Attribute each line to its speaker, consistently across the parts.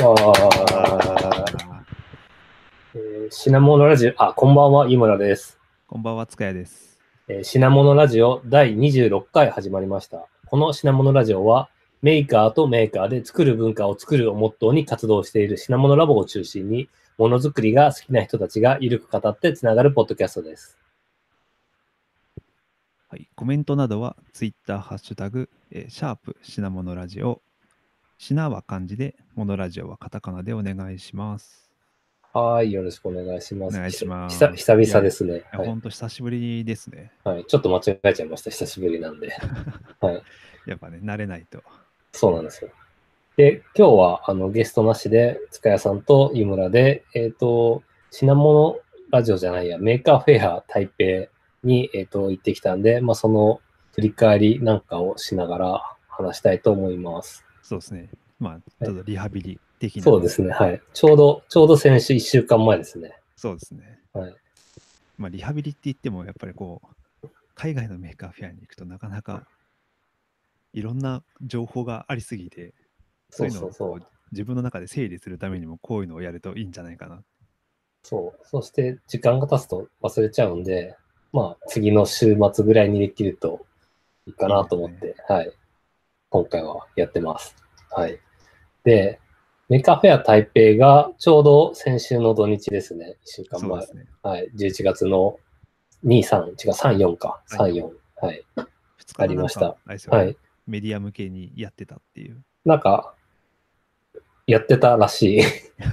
Speaker 1: あ
Speaker 2: あー
Speaker 1: えー、シナモノラジオ、あ、こんばんは、井村です、
Speaker 2: こんばんは、つかやです。
Speaker 1: えー。シナモノラジオ第26回始まりました。このシナモノラジオは、メーカーとメーカーで作る文化を作るをモットーに活動しているシナモノラボを中心に、ものづくりが好きな人たちがゆるく語ってつながるポッドキャストです。
Speaker 2: はい、コメントなどは、ツイッター、ハッシュタグ、えーシャープ、シナモノラジオ。シナは漢字で、モノラジオはカタカナでお願いします。
Speaker 1: はい、よろしくお願いします。
Speaker 2: お願いします
Speaker 1: ひさ久々ですね。
Speaker 2: いや
Speaker 1: は
Speaker 2: ほ
Speaker 1: い
Speaker 2: んと久しぶりですね。
Speaker 1: はい。ちょっと間違えちゃいました。久しぶりなんで。はい。
Speaker 2: やっぱね、慣れないと。
Speaker 1: そうなんですよ。で、今日はあのゲストなしで、塚谷さんと井村で、えっ、と、品物ラジオじゃないや、メーカーフェア台北に、えー、と行ってきたんで、まあ、その振り返りなんかをしながら話したいと思います。
Speaker 2: そうですね。まあ、ちょっとリハビリ的な。
Speaker 1: そうですね。はい。ちょうど、ちょうど先週1週間前ですね。
Speaker 2: そうですね。
Speaker 1: はい。
Speaker 2: まあ、リハビリって言っても、やっぱりこう、海外のメーカーフェアに行くとなかなか、いろんな情報がありすぎて、そ
Speaker 1: そうう
Speaker 2: いうの
Speaker 1: そ
Speaker 2: を
Speaker 1: うそう
Speaker 2: こ。う自分の中で整理するためにも、こういうのをやるといいんじゃないかな。
Speaker 1: そう。そして、時間が経つと忘れちゃうんで、まあ、次の週末ぐらいにできるといいかなと思って、
Speaker 2: い
Speaker 1: はい。今回はやってます。はい。で、メカフェア台北がちょうど先週の土日ですね。1週間
Speaker 2: そうで
Speaker 1: 前。
Speaker 2: すね。
Speaker 1: はい。11月の2、3、違う、3、4か。
Speaker 2: は
Speaker 1: 3、
Speaker 2: い
Speaker 1: 4。はい。
Speaker 2: 2日
Speaker 1: ありました
Speaker 2: なんかあれですよね
Speaker 1: はい。
Speaker 2: メディア向けにやってたっていう。
Speaker 1: なんか、やってたら しい。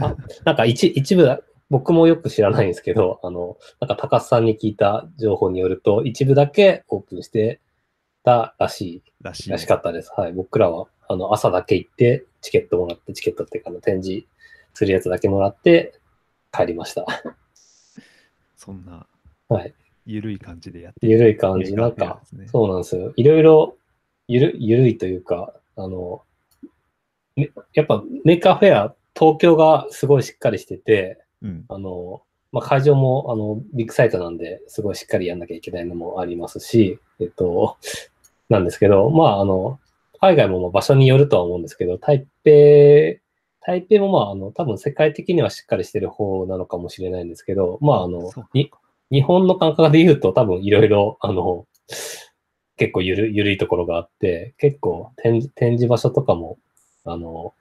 Speaker 1: あなんか一一部、僕もよく知らないんですけど、あの、なんか高須さんに聞いた情報によると、一部だけオープンしてたらし
Speaker 2: らしい
Speaker 1: い、
Speaker 2: で
Speaker 1: ら
Speaker 2: す。
Speaker 1: しかったです。はい。僕らは、あの、朝だけ行って、チケットもらって、チケットっていうか、あの展示するやつだけもらって、帰りました。
Speaker 2: そんな、
Speaker 1: はい。
Speaker 2: ゆるい感じでやって
Speaker 1: ゆるい感じ。
Speaker 2: メ
Speaker 1: なん
Speaker 2: ーカーフェア
Speaker 1: か
Speaker 2: です、ね
Speaker 1: そうなんですよ。いろいろ、ゆる、ゆるいというか、あの、めやっぱメーカーフェア、東京がすごいしっかりしてて、
Speaker 2: うん。
Speaker 1: あの、まあ、会場も、あの、ビッグサイトなんで、すごいしっかりやんなきゃいけないのもありますし、えっと、なんですけど、まあ、あの、海外もまあ場所によるとは思うんですけど、台北、台北もまあ、あの、多分世界的にはしっかりしてる方なのかもしれないんですけど、まあ、あの
Speaker 2: そう、
Speaker 1: に日本の感覚で言うと多分いろいろ、あの、結構ゆるゆるいところがあって、結構展示展示場所とかも、あの、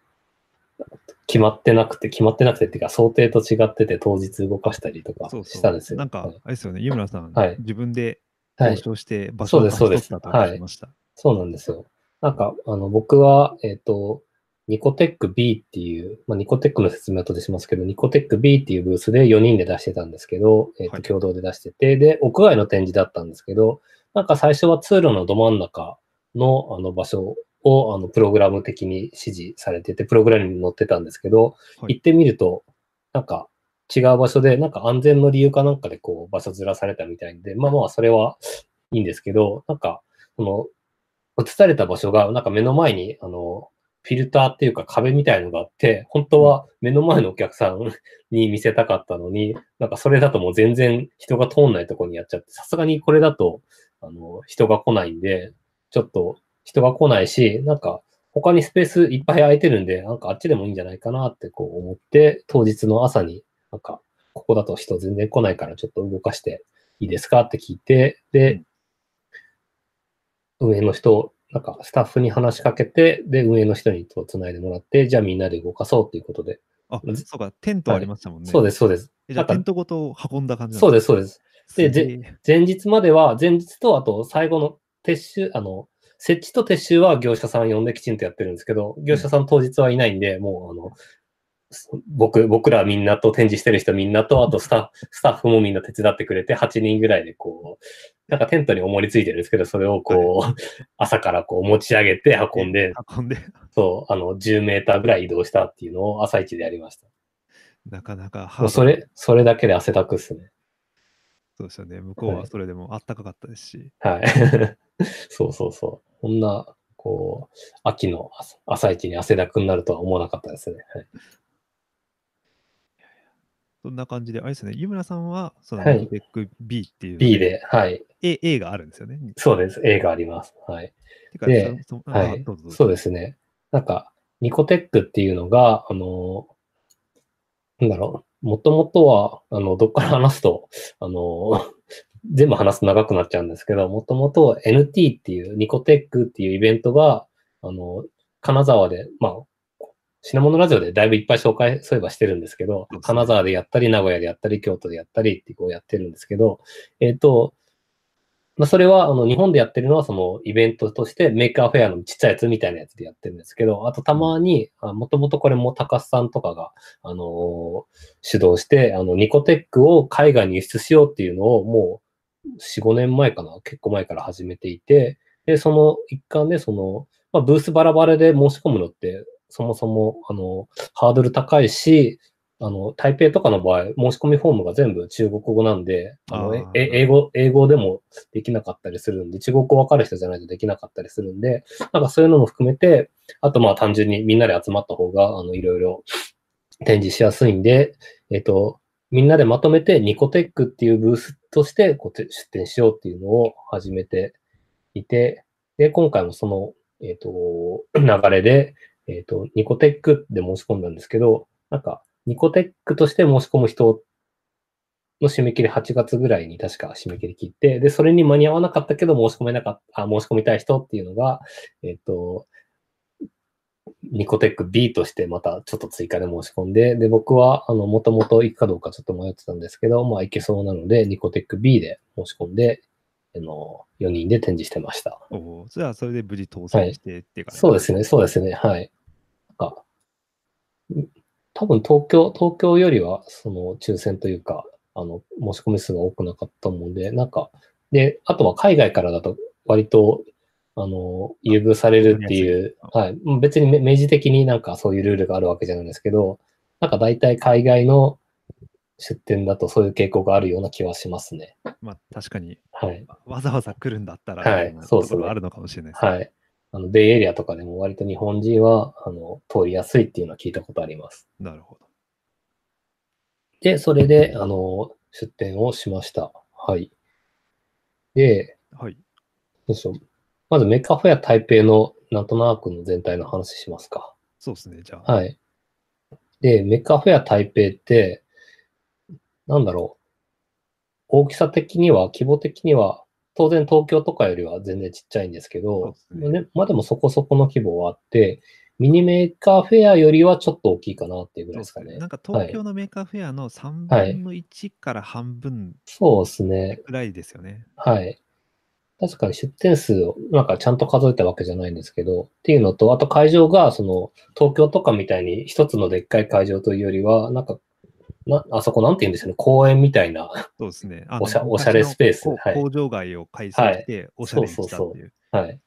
Speaker 1: 決まってなくて、決まってなくてっていうか、想定と違ってて当日動かしたりとか
Speaker 2: そう
Speaker 1: したんです
Speaker 2: そう。
Speaker 1: よ。
Speaker 2: なんか、あ
Speaker 1: はい
Speaker 2: れですよね、湯村さん、
Speaker 1: はい
Speaker 2: 自分で
Speaker 1: はい
Speaker 2: 交渉して場所を
Speaker 1: そうです
Speaker 2: 勝ち取った
Speaker 1: そう
Speaker 2: と
Speaker 1: です
Speaker 2: 聞きました。
Speaker 1: そうなんですよ。なんか、あの、僕は、えっ、と、ニコテック B っていう、まあ、ニコテックの説明を後でしますけど、ニコテック B っていうブースで4人で出してたんですけど、えっ、と、
Speaker 2: はい
Speaker 1: 共同で出してて、で、屋外の展示だったんですけど、なんか最初は通路のど真ん中のあの場所を、あの、プログラム的に指示されてて、プログラムに載ってたんですけど、
Speaker 2: はい
Speaker 1: 行ってみると、なんか違う場所で、なんか安全の理由かなんかでこう、場所ずらされたみたいで、まあまあ、それはいいんですけど、なんか、その、映された場所が、なんか目の前に、あの、フィルターっていうか壁みたいのがあって、本当は目の前のお客さん に見せたかったのに、なんかそれだともう全然人が通んないとこにやっちゃって、さすがにこれだと、あの、人が来ないんで、ちょっと人が来ないし、なんか他にスペースいっぱい空いてるんで、なんかあっちでもいいんじゃないかなってこう思って、当日の朝に、なんか、ここだと人全然来ないからちょっと動かしていいですかって聞いて、で、運営の人、なんかスタッフに話しかけて、で、運営の人にと繋いでもらって、じゃあみんなで動かそうっていうことで。
Speaker 2: あ、
Speaker 1: うん
Speaker 2: そうか、テントありましたもんね。
Speaker 1: そうです、そうです。
Speaker 2: えじゃ
Speaker 1: なん
Speaker 2: あ、
Speaker 1: か
Speaker 2: テントごと運んだ感じ
Speaker 1: そう
Speaker 2: で
Speaker 1: です、そうです。
Speaker 2: すげえ。
Speaker 1: で前日までは、前日とあと最後の撤収、あの、設置と撤収は業者さん呼んできちんとやってるんですけど、業者さん当日はいないんで、もうあの、す僕、僕らみんなと展示してる人みんなと、あとスタッフ、スタッフもみんな手伝ってくれて、8人ぐらいでこう、なんかテントに重りついてるんですけど、それをこう、朝からこう持ち上げて運んで、
Speaker 2: 運んで、
Speaker 1: そう、あの、10メーターぐらい移動したっていうのを朝一でやりました。
Speaker 2: なかなかハード
Speaker 1: もう
Speaker 2: な
Speaker 1: それ、それだけで汗だくっすね。
Speaker 2: そうですよね。向こう
Speaker 1: は
Speaker 2: はいそれでもあったかかったですし、
Speaker 1: はい。 そうそうそう。こんな、こう、秋の朝朝一に汗だくになるとは思わなかったですね。はい
Speaker 2: そんな感じで、あれですね、湯村さんは、その、
Speaker 1: はい
Speaker 2: テック B っていう、
Speaker 1: B で、はい。
Speaker 2: A、A があるんですよね。
Speaker 1: そうです。A があります。はい。
Speaker 2: てか
Speaker 1: で
Speaker 2: そのそのあ
Speaker 1: はい
Speaker 2: どうぞどうぞ
Speaker 1: そうですね。なんか、ニコテックっていうのが、あの、なんだろう、もともとは、あの、どっから話すと、あの、全部話すと長くなっちゃうんですけど、もともと NT っていう、ニコテックっていうイベントが、あの、金沢で、まあ、品物ラジオでだいぶいっぱい紹介、そういえばしてるんですけど
Speaker 2: そう、ですね
Speaker 1: 金沢でやったり、名古屋でやったり、京都でやったりってこうやってるんですけど、えっ、と、まあ、それは、あの、日本でやってるのは、その、イベントとして、メーカーフェアのちっちゃいやつみたいなやつでやってるんですけど、あと、たまに、もともとこれも高須さんとかが、あのー主導して、あの、ニコテックを海外に輸出しようっていうのを、もう、4、5年前かな、結構前から始めていて、で、その一環で、その、まあ、ブースバラバラで申し込むのって、そもそも、あの、ハードル高いし、あの、台北とかの場合、申し込みフォームが全部中国語なんで、あの、え
Speaker 2: あー
Speaker 1: え英語、英語でもできなかったりするんで、中国語わかる人じゃないとできなかったりするんで、なんかそういうのも含めて、あとまあ単純にみんなで集まった方が、あの、いろいろ展示しやすいんで、えっと、みんなでまとめてニコテックっていうブースとしてこうて出展しようっていうのを始めていて、で、今回もその、えっ、と、 流れで、えっ、と、ニコテックで申し込んだんですけど、なんか、ニコテックとして申し込む人の締め切り8月ぐらいに確か締め切り切って、で、それに間に合わなかったけど申し込めなかった、あ申し込みたい人っていうのが、えっ、と、ニコテック B としてまたちょっと追加で申し込んで、で、僕は、あの、もともと行くかどうかちょっと迷ってたんですけど、まあ、行けそうなので、ニコテック B で申し込んで、あの、4人で展示してました。
Speaker 2: おお、じゃあそれで無事当選してっていうか、
Speaker 1: そうですね、そうですね、はい。なんか、ん多分東京、東京よりは、その、抽選というか、あの、申し込み数が多くなかったもんで、なんか、で、あとは海外からだと、割と、あの、優遇されるっていう、はい、別にめ明示的になんかそういうルールがあるわけじゃないんですけど、なんか大体海外の出店だとそういう傾向があるような気はしますね。
Speaker 2: まあ確かに
Speaker 1: はい。
Speaker 2: わざわざ来るんだったら、
Speaker 1: はい
Speaker 2: みたな
Speaker 1: そう
Speaker 2: と
Speaker 1: です
Speaker 2: こ
Speaker 1: ね
Speaker 2: ろはあるのかもしれないですね。
Speaker 1: はい。あの、ベイエリアとかでも割と日本人は、あの、通りやすいっていうのは聞いたことあります。
Speaker 2: なるほど。
Speaker 1: で、それで、あの、出店をしました。はい。で、
Speaker 2: はい。
Speaker 1: どうしようまずメカフェア台北のなんとなくの全体の話しますか。
Speaker 2: そうですね。じゃあ、
Speaker 1: はい。で、メカフェア台北って、なんだろう。大きさ的には、規模的には、当然東京とかよりは全然ちっちゃいんですけど、
Speaker 2: そうです
Speaker 1: ねまあでもそこそこの規模はあって、ミニメーカーフェアよりはちょっと大きいかなっていうぐ
Speaker 2: そ
Speaker 1: らい
Speaker 2: うで
Speaker 1: です
Speaker 2: す
Speaker 1: か
Speaker 2: ね。
Speaker 1: ね
Speaker 2: な。んか東京のメーカーフェアの3
Speaker 1: はい
Speaker 2: 分の1から半分
Speaker 1: そうですね。
Speaker 2: くらいですよね。
Speaker 1: はい。確かに出店数を、なんかちゃんと数えたわけじゃないんですけど、っていうのと、あと会場が、その、東京とかみたいに一つのでっかい会場というよりは、なんか、なあそこなんて言うんでしょうね、公園みたいな、
Speaker 2: そうですね。あ
Speaker 1: おしゃおしゃれスペース
Speaker 2: 昔のこ
Speaker 1: は
Speaker 2: う
Speaker 1: い
Speaker 2: 工場街を改装して、おしゃれにしたっていう。
Speaker 1: そうそうはい。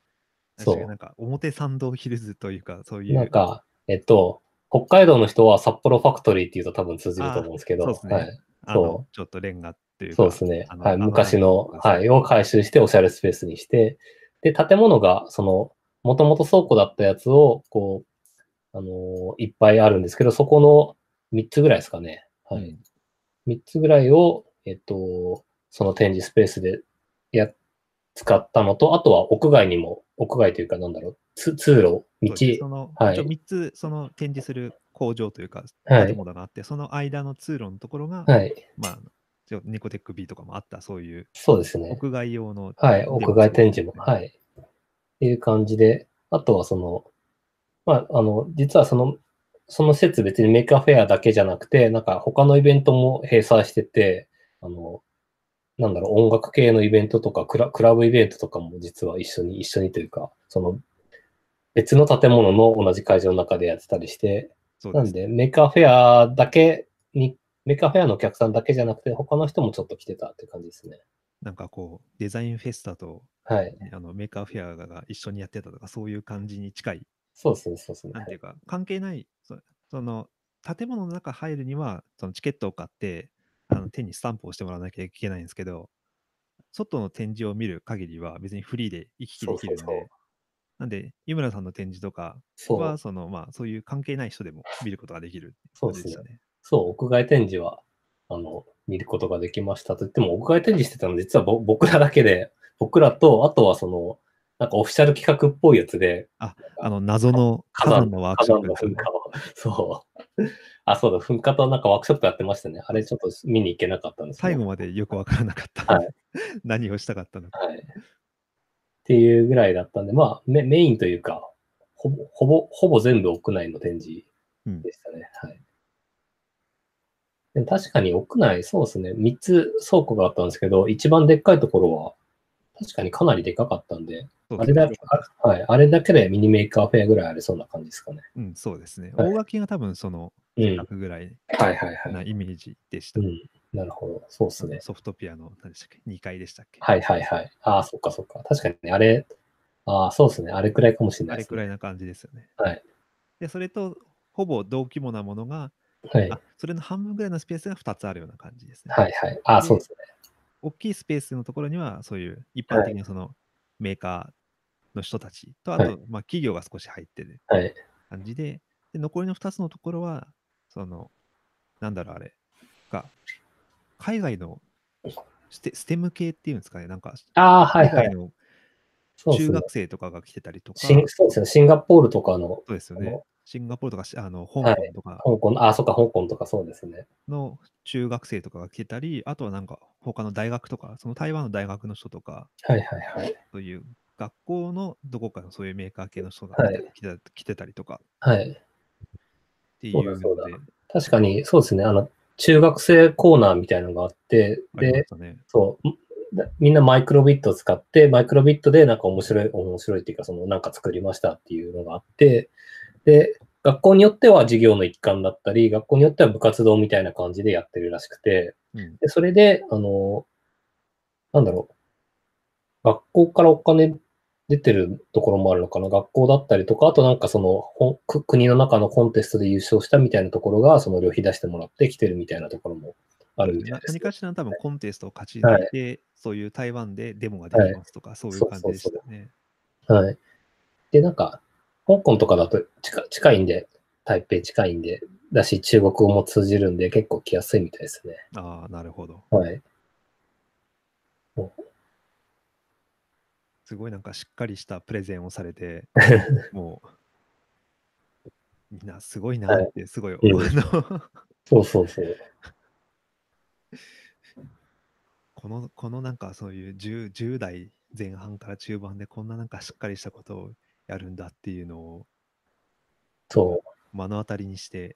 Speaker 2: 確か
Speaker 1: そ
Speaker 2: に
Speaker 1: う
Speaker 2: なんか表参道ヒルズというか、そういう。
Speaker 1: なんか、えっと、北海道の人は札幌ファクトリーっていうと多分通じると思うんですけど、
Speaker 2: あそうっすね
Speaker 1: はい、
Speaker 2: あの
Speaker 1: そ
Speaker 2: ちょっとレンガっていうか。
Speaker 1: そうですね。
Speaker 2: あの
Speaker 1: はい、昔の、はい、を回収しておしゃれスペースにして、で、建物が、その、もともと倉庫だったやつを、こう、あのーいっぱいあるんですけど、そこの3つぐらいですかね。はい。
Speaker 2: うん
Speaker 1: 3つぐらいを、えっと、その展示スペースでや、使ったのと、あとは屋外にも、屋外というか、なんだろう、つ通路、
Speaker 2: そうですねそ
Speaker 1: 道、
Speaker 2: の、
Speaker 1: はい
Speaker 2: 一応3つ、その展示する工場というか、
Speaker 1: はい
Speaker 2: 建物があって、その間の通路のところが、
Speaker 1: はい、
Speaker 2: まあ、ちょニコテック B とかもあった、そういう
Speaker 1: そうですね。
Speaker 2: 屋外用の、。
Speaker 1: はい、屋外展示も、はいい。っていう感じで、あとはその、まあ、あの、実はその、その施設別にメーカーフェアだけじゃなくて、なんか他のイベントも閉鎖してて、あの、なんだろう、音楽系のイベントとかクラ、クラブイベントとかも実は一緒に、一緒にというか、その、別の建物の同じ会場の中でやってたりして、
Speaker 2: そう
Speaker 1: な
Speaker 2: で
Speaker 1: ん
Speaker 2: すね。
Speaker 1: で、メーカーフェアだけに、メーカーフェアのお客さんだけじゃなくて、他の人もちょっと来てたっていう感じですね。
Speaker 2: なんかこう、デザインフェスタと
Speaker 1: はい。
Speaker 2: あのメーカーフェアが一緒にやってたとか、そういう感じに近い、
Speaker 1: そうですね、そうですね。
Speaker 2: なんていうか、関係ない、そその、建物の中入るには、そのチケットを買って、あの手にスタンプをしてもらわなきゃいけないんですけど、外の展示を見る限りは別にフリーで行き来でき
Speaker 1: そ
Speaker 2: るので、
Speaker 1: うそうそう
Speaker 2: なんで、湯村さんの展示とか
Speaker 1: そう
Speaker 2: は、その、まあ、そういう関係ない人でも見ることができるって
Speaker 1: そう
Speaker 2: 感
Speaker 1: で
Speaker 2: じ
Speaker 1: す
Speaker 2: で
Speaker 1: ね
Speaker 2: したね。
Speaker 1: そう、屋外展示は、あの、見ることができましたと言っても、屋外展示してたの実はぼ僕らだけで、僕らと、あとはその、なんかオフィシャル企画っぽいやつで、
Speaker 2: あの、謎の火山のワーク
Speaker 1: 火
Speaker 2: ショッ
Speaker 1: 山
Speaker 2: プ
Speaker 1: の
Speaker 2: です
Speaker 1: 噴
Speaker 2: よね
Speaker 1: 火を。そう。あ、そうだ、噴火となんかワークショップやってましたね。あれちょっと見に行けなかったんですけ
Speaker 2: 最
Speaker 1: ど
Speaker 2: 後までよくわからなかった。
Speaker 1: は
Speaker 2: 何をしたかったのか。
Speaker 1: はい。っていうぐらいだったんで、まあメメインというか、ほぼ、ほぼ、ほぼ全部屋内の展示
Speaker 2: うん
Speaker 1: でしたね。はい。でも確かに屋内、そうですね。3つ倉庫があったんですけど、一番でっかいところは、確かにかなりでかかったんで、
Speaker 2: そう
Speaker 1: あ
Speaker 2: です
Speaker 1: れだ
Speaker 2: ね
Speaker 1: け、あはい、あれだけでミニメーカーフェアぐらいありそうな感じですかね。
Speaker 2: うん、そうですね。
Speaker 1: はい
Speaker 2: 大垣が多分その
Speaker 1: うん。
Speaker 2: 額ぐらい
Speaker 1: はいはいは。
Speaker 2: ないイメージでした
Speaker 1: う。ん。なるほど。そうですね。
Speaker 2: ソフトピアの何でしたっけ ?2 階でしたっけ
Speaker 1: はいはいはい。ああ、そっかそっか。確かにねあれ、ああ、そうですね。あれくらいかもしれな
Speaker 2: あ
Speaker 1: いで
Speaker 2: れ
Speaker 1: す、
Speaker 2: く
Speaker 1: ね。
Speaker 2: らいな感じですよね。
Speaker 1: はい。
Speaker 2: で、それとほぼ同規模なものが、
Speaker 1: はい。
Speaker 2: あそれの半分ぐらいのスペースが2つあるような感じですね。
Speaker 1: はいはい。ああ、
Speaker 2: で
Speaker 1: そうですね。
Speaker 2: 大きいスペースのところには、そういう一般的なそのメーカーの人たちと、あ
Speaker 1: は
Speaker 2: と、まあ、企業が少し入ってる
Speaker 1: はい。
Speaker 2: 感じで、で残りの2つのところは、その、なんだろう、あれが、海外のステステム系っていうんですかね、なんか、
Speaker 1: ああ、はい
Speaker 2: 海
Speaker 1: は
Speaker 2: 外
Speaker 1: い。
Speaker 2: の
Speaker 1: そうで
Speaker 2: 中
Speaker 1: すね。
Speaker 2: 学生とかが来てたりとか、
Speaker 1: シンそうですね。シンガポールとかの、
Speaker 2: そうですよ
Speaker 1: あ
Speaker 2: ね
Speaker 1: の。
Speaker 2: シンガポールとかしあの香
Speaker 1: は
Speaker 2: 港
Speaker 1: い
Speaker 2: とか
Speaker 1: 香港の、ああ、そっか、香港とかそうですね。
Speaker 2: の中学生とかが来てたり、あとはなんか他の大学とか、その台湾の大学の人とか、
Speaker 1: はいはいはい。
Speaker 2: そういう学校のどこかのそういうメーカー系の人が来て,、
Speaker 1: は
Speaker 2: 来てた来てたりとか
Speaker 1: はい。
Speaker 2: っていう
Speaker 1: そうだ
Speaker 2: ので、
Speaker 1: そうだ確かに、そうですね。あの、中学生コーナーみたいなのがあって、
Speaker 2: ありま
Speaker 1: で
Speaker 2: し、たね。
Speaker 1: そう、んだみんなマイクロビットを使って、マイクロビットでなんか面白い、面白いっていうか、そのなんか作りましたっていうのがあって、で、学校によっては授業の一環だったり、学校によっては部活動みたいな感じでやってるらしくて、
Speaker 2: うん、
Speaker 1: で、それで、あの、なんだろう、学校からお金出てるところもあるのかな、学校だったりとか、あとなんかそのほんく国の中のコンテストで優勝したみたいなところが、その旅費出してもらって来てるみたいなところもあるみたい
Speaker 2: な
Speaker 1: です
Speaker 2: 何
Speaker 1: ね。
Speaker 2: かしらの多分コンテストを勝ち抜いて、そういう台湾でデモができますとか、そういう感じでしたね。
Speaker 1: はい。で、なんか、香港とかだと近近いんで、台北近いんで、だし、中国語も通じるんで、結構来やすいみたいですね。
Speaker 2: ああ、なるほど。
Speaker 1: はい。
Speaker 2: すごいなんかしっかりしたプレゼンをさ れて、もう、みんなすごいな
Speaker 1: はい
Speaker 2: って、すごい、あ
Speaker 1: うん
Speaker 2: の
Speaker 1: そうそうそう。
Speaker 2: この、このなんかそういう 10, 10代前半から中盤でこんななんかしっかりしたことをやるんだっていうのを
Speaker 1: そう。
Speaker 2: 目の当たりにして、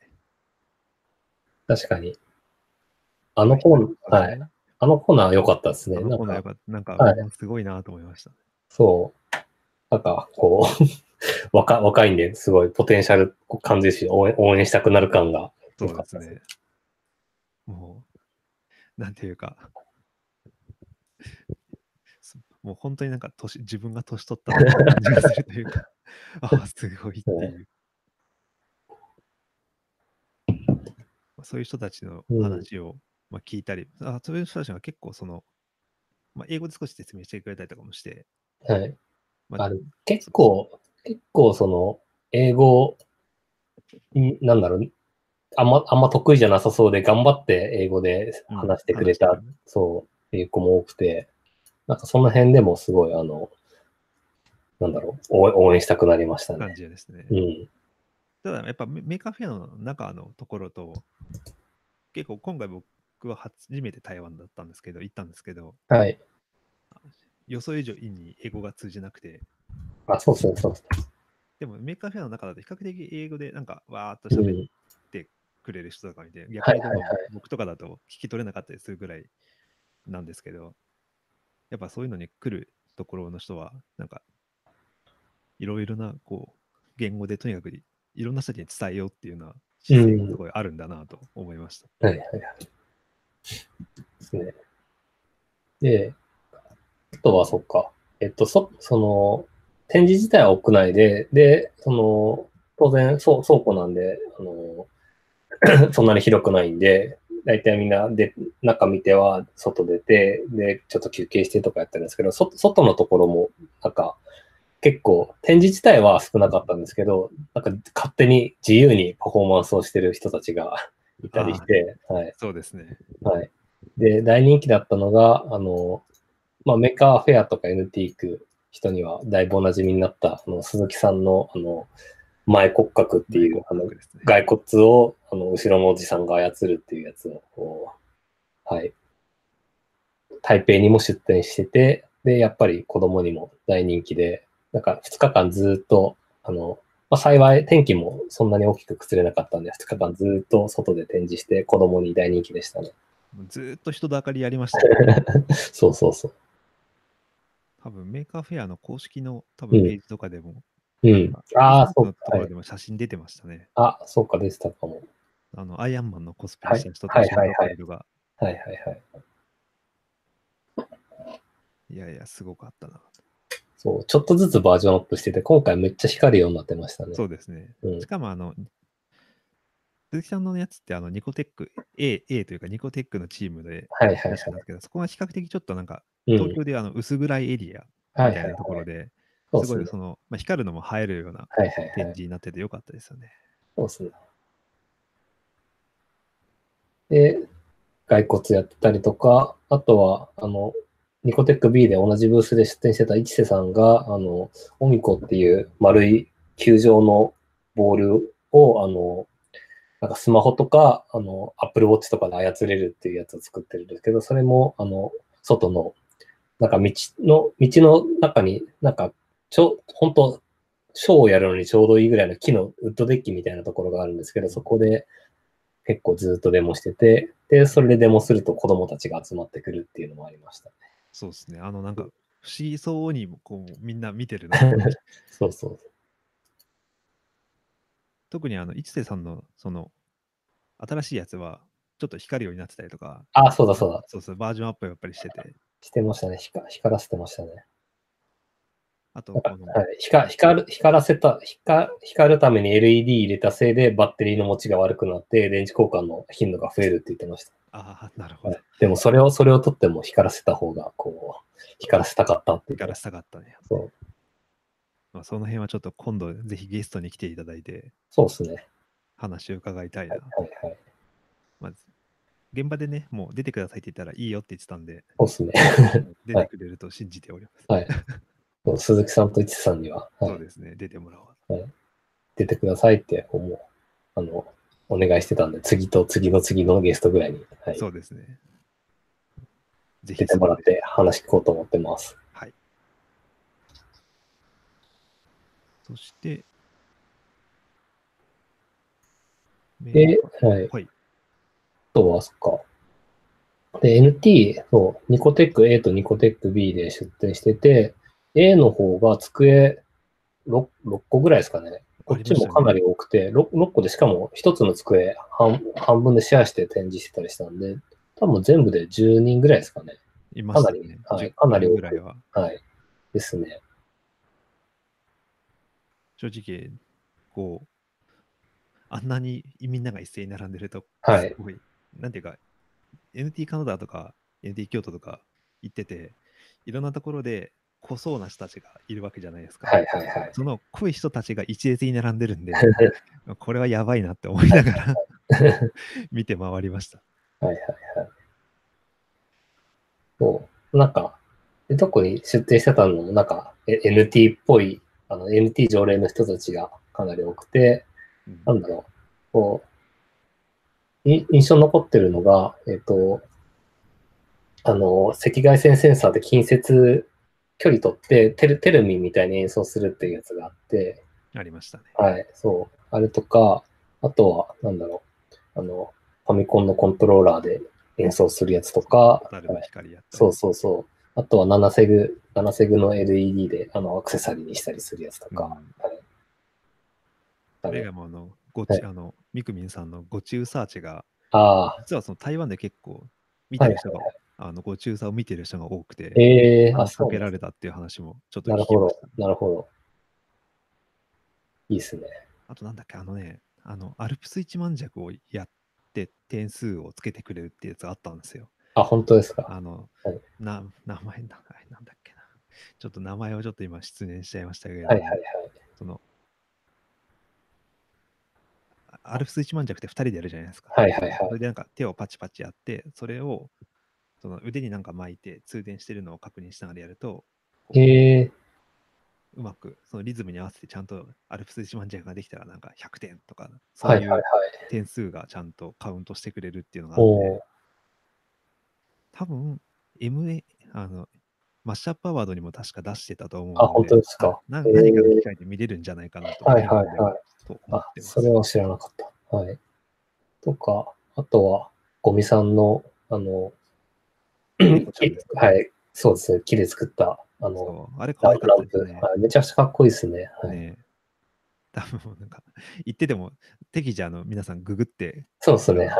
Speaker 1: 確かに。あのコーナー、はい。あのコーナー良かったです
Speaker 2: あ
Speaker 1: ね。な
Speaker 2: のコー
Speaker 1: ん
Speaker 2: ナーよ
Speaker 1: か、
Speaker 2: かったなんか
Speaker 1: はい
Speaker 2: みんなすごいなと思いました。
Speaker 1: そう。なんか、こう、 若若いんで、すごいポテンシャル感じるし、応援応援したくなる感が。
Speaker 2: そ
Speaker 1: よ
Speaker 2: う
Speaker 1: か
Speaker 2: で
Speaker 1: っ
Speaker 2: す
Speaker 1: たです
Speaker 2: ね。もう、なんていうか、すもう本当になんか年、自分が年取ったなって感じがするという か、ああ、すごいっていう。まあそういう人たちの
Speaker 1: うん
Speaker 2: 話を、まあ、聞いたり、あそういう人たちが結構その、まあ、英語で少し説明してくれたりとかもして、
Speaker 1: はい。
Speaker 2: ま
Speaker 1: ある結構、結構その、英語、んなんだろう、あんま、あんま得意じゃなさそうで、頑張って英語で
Speaker 2: うん
Speaker 1: 話してくれた、
Speaker 2: 話してくれる
Speaker 1: そう、っていう子も多くて、なんかその辺でもすごい、あの、なんだろう、応応援したくなりました
Speaker 2: 感
Speaker 1: ね。
Speaker 2: じですね。
Speaker 1: うん。
Speaker 2: ただやっぱメメーカーフェアの中のところと、結構今回僕は初めて台湾だったんですけど、行ったんですけど、
Speaker 1: はい。
Speaker 2: 予想以上に英語が通じなくて、
Speaker 1: あ、そうそうそう。
Speaker 2: でもメーカーフェアの中だと比較的英語でなんかわーっと
Speaker 1: う
Speaker 2: 喋って
Speaker 1: ん、
Speaker 2: くれる人とか見て、
Speaker 1: は
Speaker 2: 逆
Speaker 1: い
Speaker 2: に
Speaker 1: は
Speaker 2: で
Speaker 1: いは
Speaker 2: も
Speaker 1: い
Speaker 2: 僕とかだと聞き取れなかったりするぐらいなんですけど、やっぱそういうのに来るところの人は、なんかいろいろなこう言語でとにかくいろんな人に伝えようっていうのは姿勢がすごいあるんだなと思いました。
Speaker 1: はいはいはい。ですね。で、あとはそっか。えっと、そ、その、展示自体は屋内で、で、その、当然そう倉庫なんで、あの、 そんなに広くないんで、大体みんなで、中見ては外出て、で、ちょっと休憩してとかやってるんですけど、そ外のところも、なんか、結構、展示自体は少なかったんですけど、なんか勝手に自由にパフォーマンスをしてる人たちが いたりして、はい。
Speaker 2: そうですね。
Speaker 1: はい。で、大人気だったのが、あの、まあ、メカフェアとか NT ク人にはだいぶおなじみになった、あの鈴木さんの、あの、前骨格っていう、あの、
Speaker 2: ですね。
Speaker 1: 骸骨を、あの、後ろのおじさんが操るっていうやつを、こう、はい。台北にも出店してて、で、やっぱり子供にも大人気で、なんか2日間ずーっと、あの、まあ、幸い天気もそんなに大きく崩れなかったんで、2日間ずーっと外で展示して子供に大人気でしたね。
Speaker 2: もうずーっと人だかりやりましたね。
Speaker 1: そうそうそ
Speaker 2: 多分メーカーフェアの公式の多分
Speaker 1: うん
Speaker 2: ページとかでも、
Speaker 1: う。うん。ああ、
Speaker 2: そ
Speaker 1: そうう
Speaker 2: と
Speaker 1: か。
Speaker 2: こ
Speaker 1: は
Speaker 2: ろ
Speaker 1: い
Speaker 2: でも写真出てましたね。
Speaker 1: あ、そうか、でしたかも。
Speaker 2: あの、アイアンマンのコスプ
Speaker 1: は
Speaker 2: レ
Speaker 1: い
Speaker 2: した人
Speaker 1: は
Speaker 2: た
Speaker 1: い
Speaker 2: ちの
Speaker 1: はいはい
Speaker 2: プロフィールが、
Speaker 1: はいはいはい。
Speaker 2: いやいや、すごかったな。
Speaker 1: そう、ちょっとずつバージョンアップしてて、今回めっちゃ光るようになってましたね。
Speaker 2: そうですね。
Speaker 1: うん
Speaker 2: しかも、あの、鈴木さんのやつって、あの、ニコテック、A、A というか、ニコテックのチームで
Speaker 1: はいはい
Speaker 2: 出
Speaker 1: は
Speaker 2: したん
Speaker 1: い。
Speaker 2: ですけど、そこは比較的ちょっとなんか、
Speaker 1: うん
Speaker 2: 東京であの薄暗いエリア
Speaker 1: はいはい
Speaker 2: みたい
Speaker 1: はい
Speaker 2: なところで、
Speaker 1: そうですす
Speaker 2: ごい
Speaker 1: ね。
Speaker 2: その、まあ、光るのも映えるような
Speaker 1: はいはい
Speaker 2: 展
Speaker 1: はい。
Speaker 2: 示になっててよかったですよね。
Speaker 1: そうですね。で、骸骨やってたりとか、あとは、あの、ニコテック B で同じブースで出展してた市瀬さんが、あの、オミコっていう丸い球状のボールを、あの、なんかスマホとか、あの、Apple Watch とかで操れるっていうやつを作ってるんですけど、それも、あの、外の、なんか道の、道の中に、なんか、ちょ、本当ショーをやるのにちょうどいいぐらいの木のウッドデッキみたいなところがあるんですけど、そこで結構ずっとデモしてて、で、それでデモすると子供たちが集まってくるっていうのもありましたね。
Speaker 2: そうですね。あの、なんか、不思議そうにもこうみんな見てるなって
Speaker 1: そうそう。
Speaker 2: 特にあの、一瀬さんの、その、新しいやつは、ちょっと光るようになってたりとか、
Speaker 1: あ、そうだそうだ。
Speaker 2: そうそう、バージョンアップやっぱりしてて、
Speaker 1: してましたね。光光らせてましたね。
Speaker 2: あと、
Speaker 1: なんか
Speaker 2: この、
Speaker 1: はい、光光る光らせた光、光るために LED 入れたせいでバッテリーの持ちが悪くなって、電池交換の頻度が増えるって言ってました。
Speaker 2: ああ、なるほ
Speaker 1: は
Speaker 2: ど
Speaker 1: い。、でもそれを、それを取っても光らせた方が、こう、光らせたかったって言ってま
Speaker 2: 光ら
Speaker 1: し
Speaker 2: せたかったね。
Speaker 1: た。そう
Speaker 2: まあ、その辺はちょっと今度、ぜひゲストに来ていただいて、
Speaker 1: そうですね。
Speaker 2: 話を伺いたいな。
Speaker 1: はいはい。
Speaker 2: まあ、現場でね、もう出てくださいって言ったらいいよって言ってたん で、
Speaker 1: そうですね。
Speaker 2: 出てくれると信じております。
Speaker 1: はい。そう鈴木さんと市瀬さんには、はい
Speaker 2: そうですね、出てもらおう。
Speaker 1: 出てくださいって思う。あの、お願いしてたんで、次と次の次のゲストぐらいに、はい、
Speaker 2: そうですね。ぜ
Speaker 1: 出てもらって話聞こうと思ってます。
Speaker 2: そして、
Speaker 1: で
Speaker 2: え、
Speaker 1: はい。
Speaker 2: はい。
Speaker 1: あとは、そっか。で、NT、そう、ニコテック A とニコテック B で出展してて、A の方が机 6, 6個ぐらいですかね。こっちもかなり多くて、6, 6個でしかも1つの机半半分でシェアして展示してたりしたんで、多分全部で10人ぐらいですかね。
Speaker 2: いましたね。
Speaker 1: かなりはい
Speaker 2: 10
Speaker 1: かなり
Speaker 2: ぐらいは。
Speaker 1: はい。ですね。
Speaker 2: 正直、こう、あんなにみんなが一斉に並んでると、
Speaker 1: はい
Speaker 2: すごい、なんていうか、NT カナダとか NT 京都とか行ってて、いろんなところで濃そうな人たちがいるわけじゃないですか。
Speaker 1: はいはいはい。
Speaker 2: その濃い人たちが一列に並んでる んで、これはやばいなって思いながら見て回りました。
Speaker 1: はいはいはい。そう。なんか、で特に出展してたのも、なんか、え NT っぽい、あの、NT 常連の人たちがかなり多くて、
Speaker 2: うん
Speaker 1: なんだろう、こう、い印象に残ってるのが、えっと、あの、赤外線センサーで近接距離取って、テルテルミンみたいに演奏するっていうやつがあって、
Speaker 2: ありましたね。
Speaker 1: はい、そう。あれとか、あとは、なんだろう、あの、ファミコンのコントローラーで演奏するやつとか、
Speaker 2: 蛍の
Speaker 1: はい
Speaker 2: 光やったり。
Speaker 1: そうそうそう。あとは7セグ、7セグの LED で、あの、アクセサリーにしたりするやつと
Speaker 2: うん
Speaker 1: か、
Speaker 2: それがもうあの、ごち、
Speaker 1: はい
Speaker 2: あの、みくみんさんのごちうサーチが、
Speaker 1: あ
Speaker 2: 実はその台湾で結構見てる人が、あの、ごちうさを見てる人が多く
Speaker 1: あ、
Speaker 2: て、
Speaker 1: ええー、あ、
Speaker 2: 話し
Speaker 1: そ
Speaker 2: か
Speaker 1: う
Speaker 2: け
Speaker 1: なん
Speaker 2: ら
Speaker 1: です。
Speaker 2: れたっていう話もちょっと
Speaker 1: なる
Speaker 2: 聞き
Speaker 1: ほ
Speaker 2: まし
Speaker 1: ど
Speaker 2: た。、
Speaker 1: なるほど。いいですね。
Speaker 2: あとなんだっけ、あのね、あの、アルプス一万尺をやって点数をつけてくれるってやつがあったんですよ。
Speaker 1: あ、本当ですか。
Speaker 2: あの
Speaker 1: はい、
Speaker 2: な、名前なんだ、なんだっけな。ちょっと名前をちょっと今失念しちゃいましたけど、
Speaker 1: はいはいはい。
Speaker 2: その、あアルプス一万尺って2人でやるじゃないですか。
Speaker 1: はいはいはい
Speaker 2: それでなんか手をパチパチやって、それをその腕になんか巻いて通電してるのを確認しながらやると、
Speaker 1: ええ
Speaker 2: うまくそのリズムに合わせてちゃんとアルプス一万弱ができたらなんか100点とか、そう
Speaker 1: はい
Speaker 2: い
Speaker 1: はいは
Speaker 2: う
Speaker 1: い。
Speaker 2: 点数がちゃんとカウントしてくれるっていうのがあって、
Speaker 1: おー
Speaker 2: 多分 MA、あの、マッシュアップアワードにも確か出してたと思うので、
Speaker 1: あ本当ですか
Speaker 2: な
Speaker 1: へー
Speaker 2: 何かの機会で見れるんじゃないかなと思
Speaker 1: はい
Speaker 2: って
Speaker 1: はいはい。
Speaker 2: と
Speaker 1: あ
Speaker 2: 思っ、てます。
Speaker 1: それは知らなかった。はい。とか、あとは、ゴミさんの、あの、
Speaker 2: 猫ちゃんですか
Speaker 1: はい、そうですね、木で作った、あの、
Speaker 2: そうあれ可
Speaker 1: ラ
Speaker 2: 愛
Speaker 1: ンプ
Speaker 2: か
Speaker 1: ラ
Speaker 2: った
Speaker 1: ン
Speaker 2: で
Speaker 1: プ、
Speaker 2: すね。
Speaker 1: はい。めちゃくちゃかっこいいですね。はい
Speaker 2: ね多分なんか、言ってても、適宜あの皆さんググって、
Speaker 1: そうですね、はい。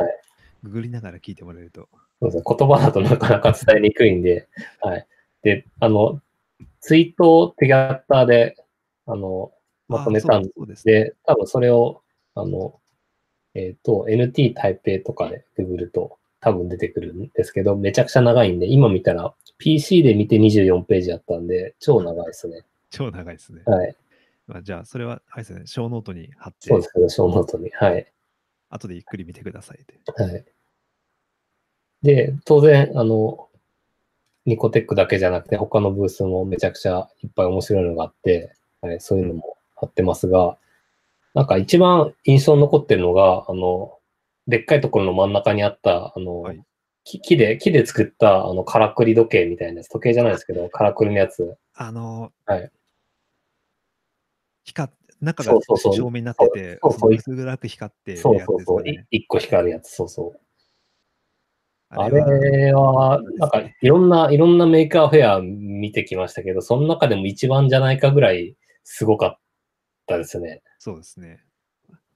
Speaker 2: ググりながら聞いてもらえると。
Speaker 1: そうですね、言葉だとなかなか伝えにくいんで、はい。で、あの、ツイートをテキャッターで、あの、まとめた
Speaker 2: あ
Speaker 1: ん
Speaker 2: そうそうですね。
Speaker 1: で、多分それを、あの、えっ、と、NT 台北とかでググると多分出てくるんですけど、めちゃくちゃ長いんで、今見たら PC で見て24ページあったんで、超長いですね。
Speaker 2: 超長いですね。
Speaker 1: はい。
Speaker 2: まあ、じゃあ、それは、あれですね、小ノートに貼って
Speaker 1: そう、ですけど、小ノートに。はい。
Speaker 2: 後でゆっくり見てくださいって。
Speaker 1: はい。で、当然、あの、ニコテックだけじゃなくて、他のブースもめちゃくちゃいっぱい面白いのがあって、はい、そういうのも貼ってますが、なんか一番印象に残ってるのが、あの、でっかいところの真ん中にあった、あの、
Speaker 2: はい
Speaker 1: 木木で、木で作った、あの、からくり時計みたいなやつ、時計じゃないですけど、からくりのやつ。
Speaker 2: あのー、
Speaker 1: はい
Speaker 2: 光っ中が
Speaker 1: そうそうそう
Speaker 2: 照明になってて、
Speaker 1: そうそう
Speaker 2: の薄暗く光ってる
Speaker 1: そう
Speaker 2: やつ
Speaker 1: そう
Speaker 2: です
Speaker 1: そ
Speaker 2: よ
Speaker 1: う、い
Speaker 2: ね。
Speaker 1: 一個光るやつ、そうそう。あ
Speaker 2: は
Speaker 1: れは、なんかいろんな、いろんなメーカーフェア見てきましたけど、その中でも一番じゃないかぐらいすごかったですね。
Speaker 2: そうですね。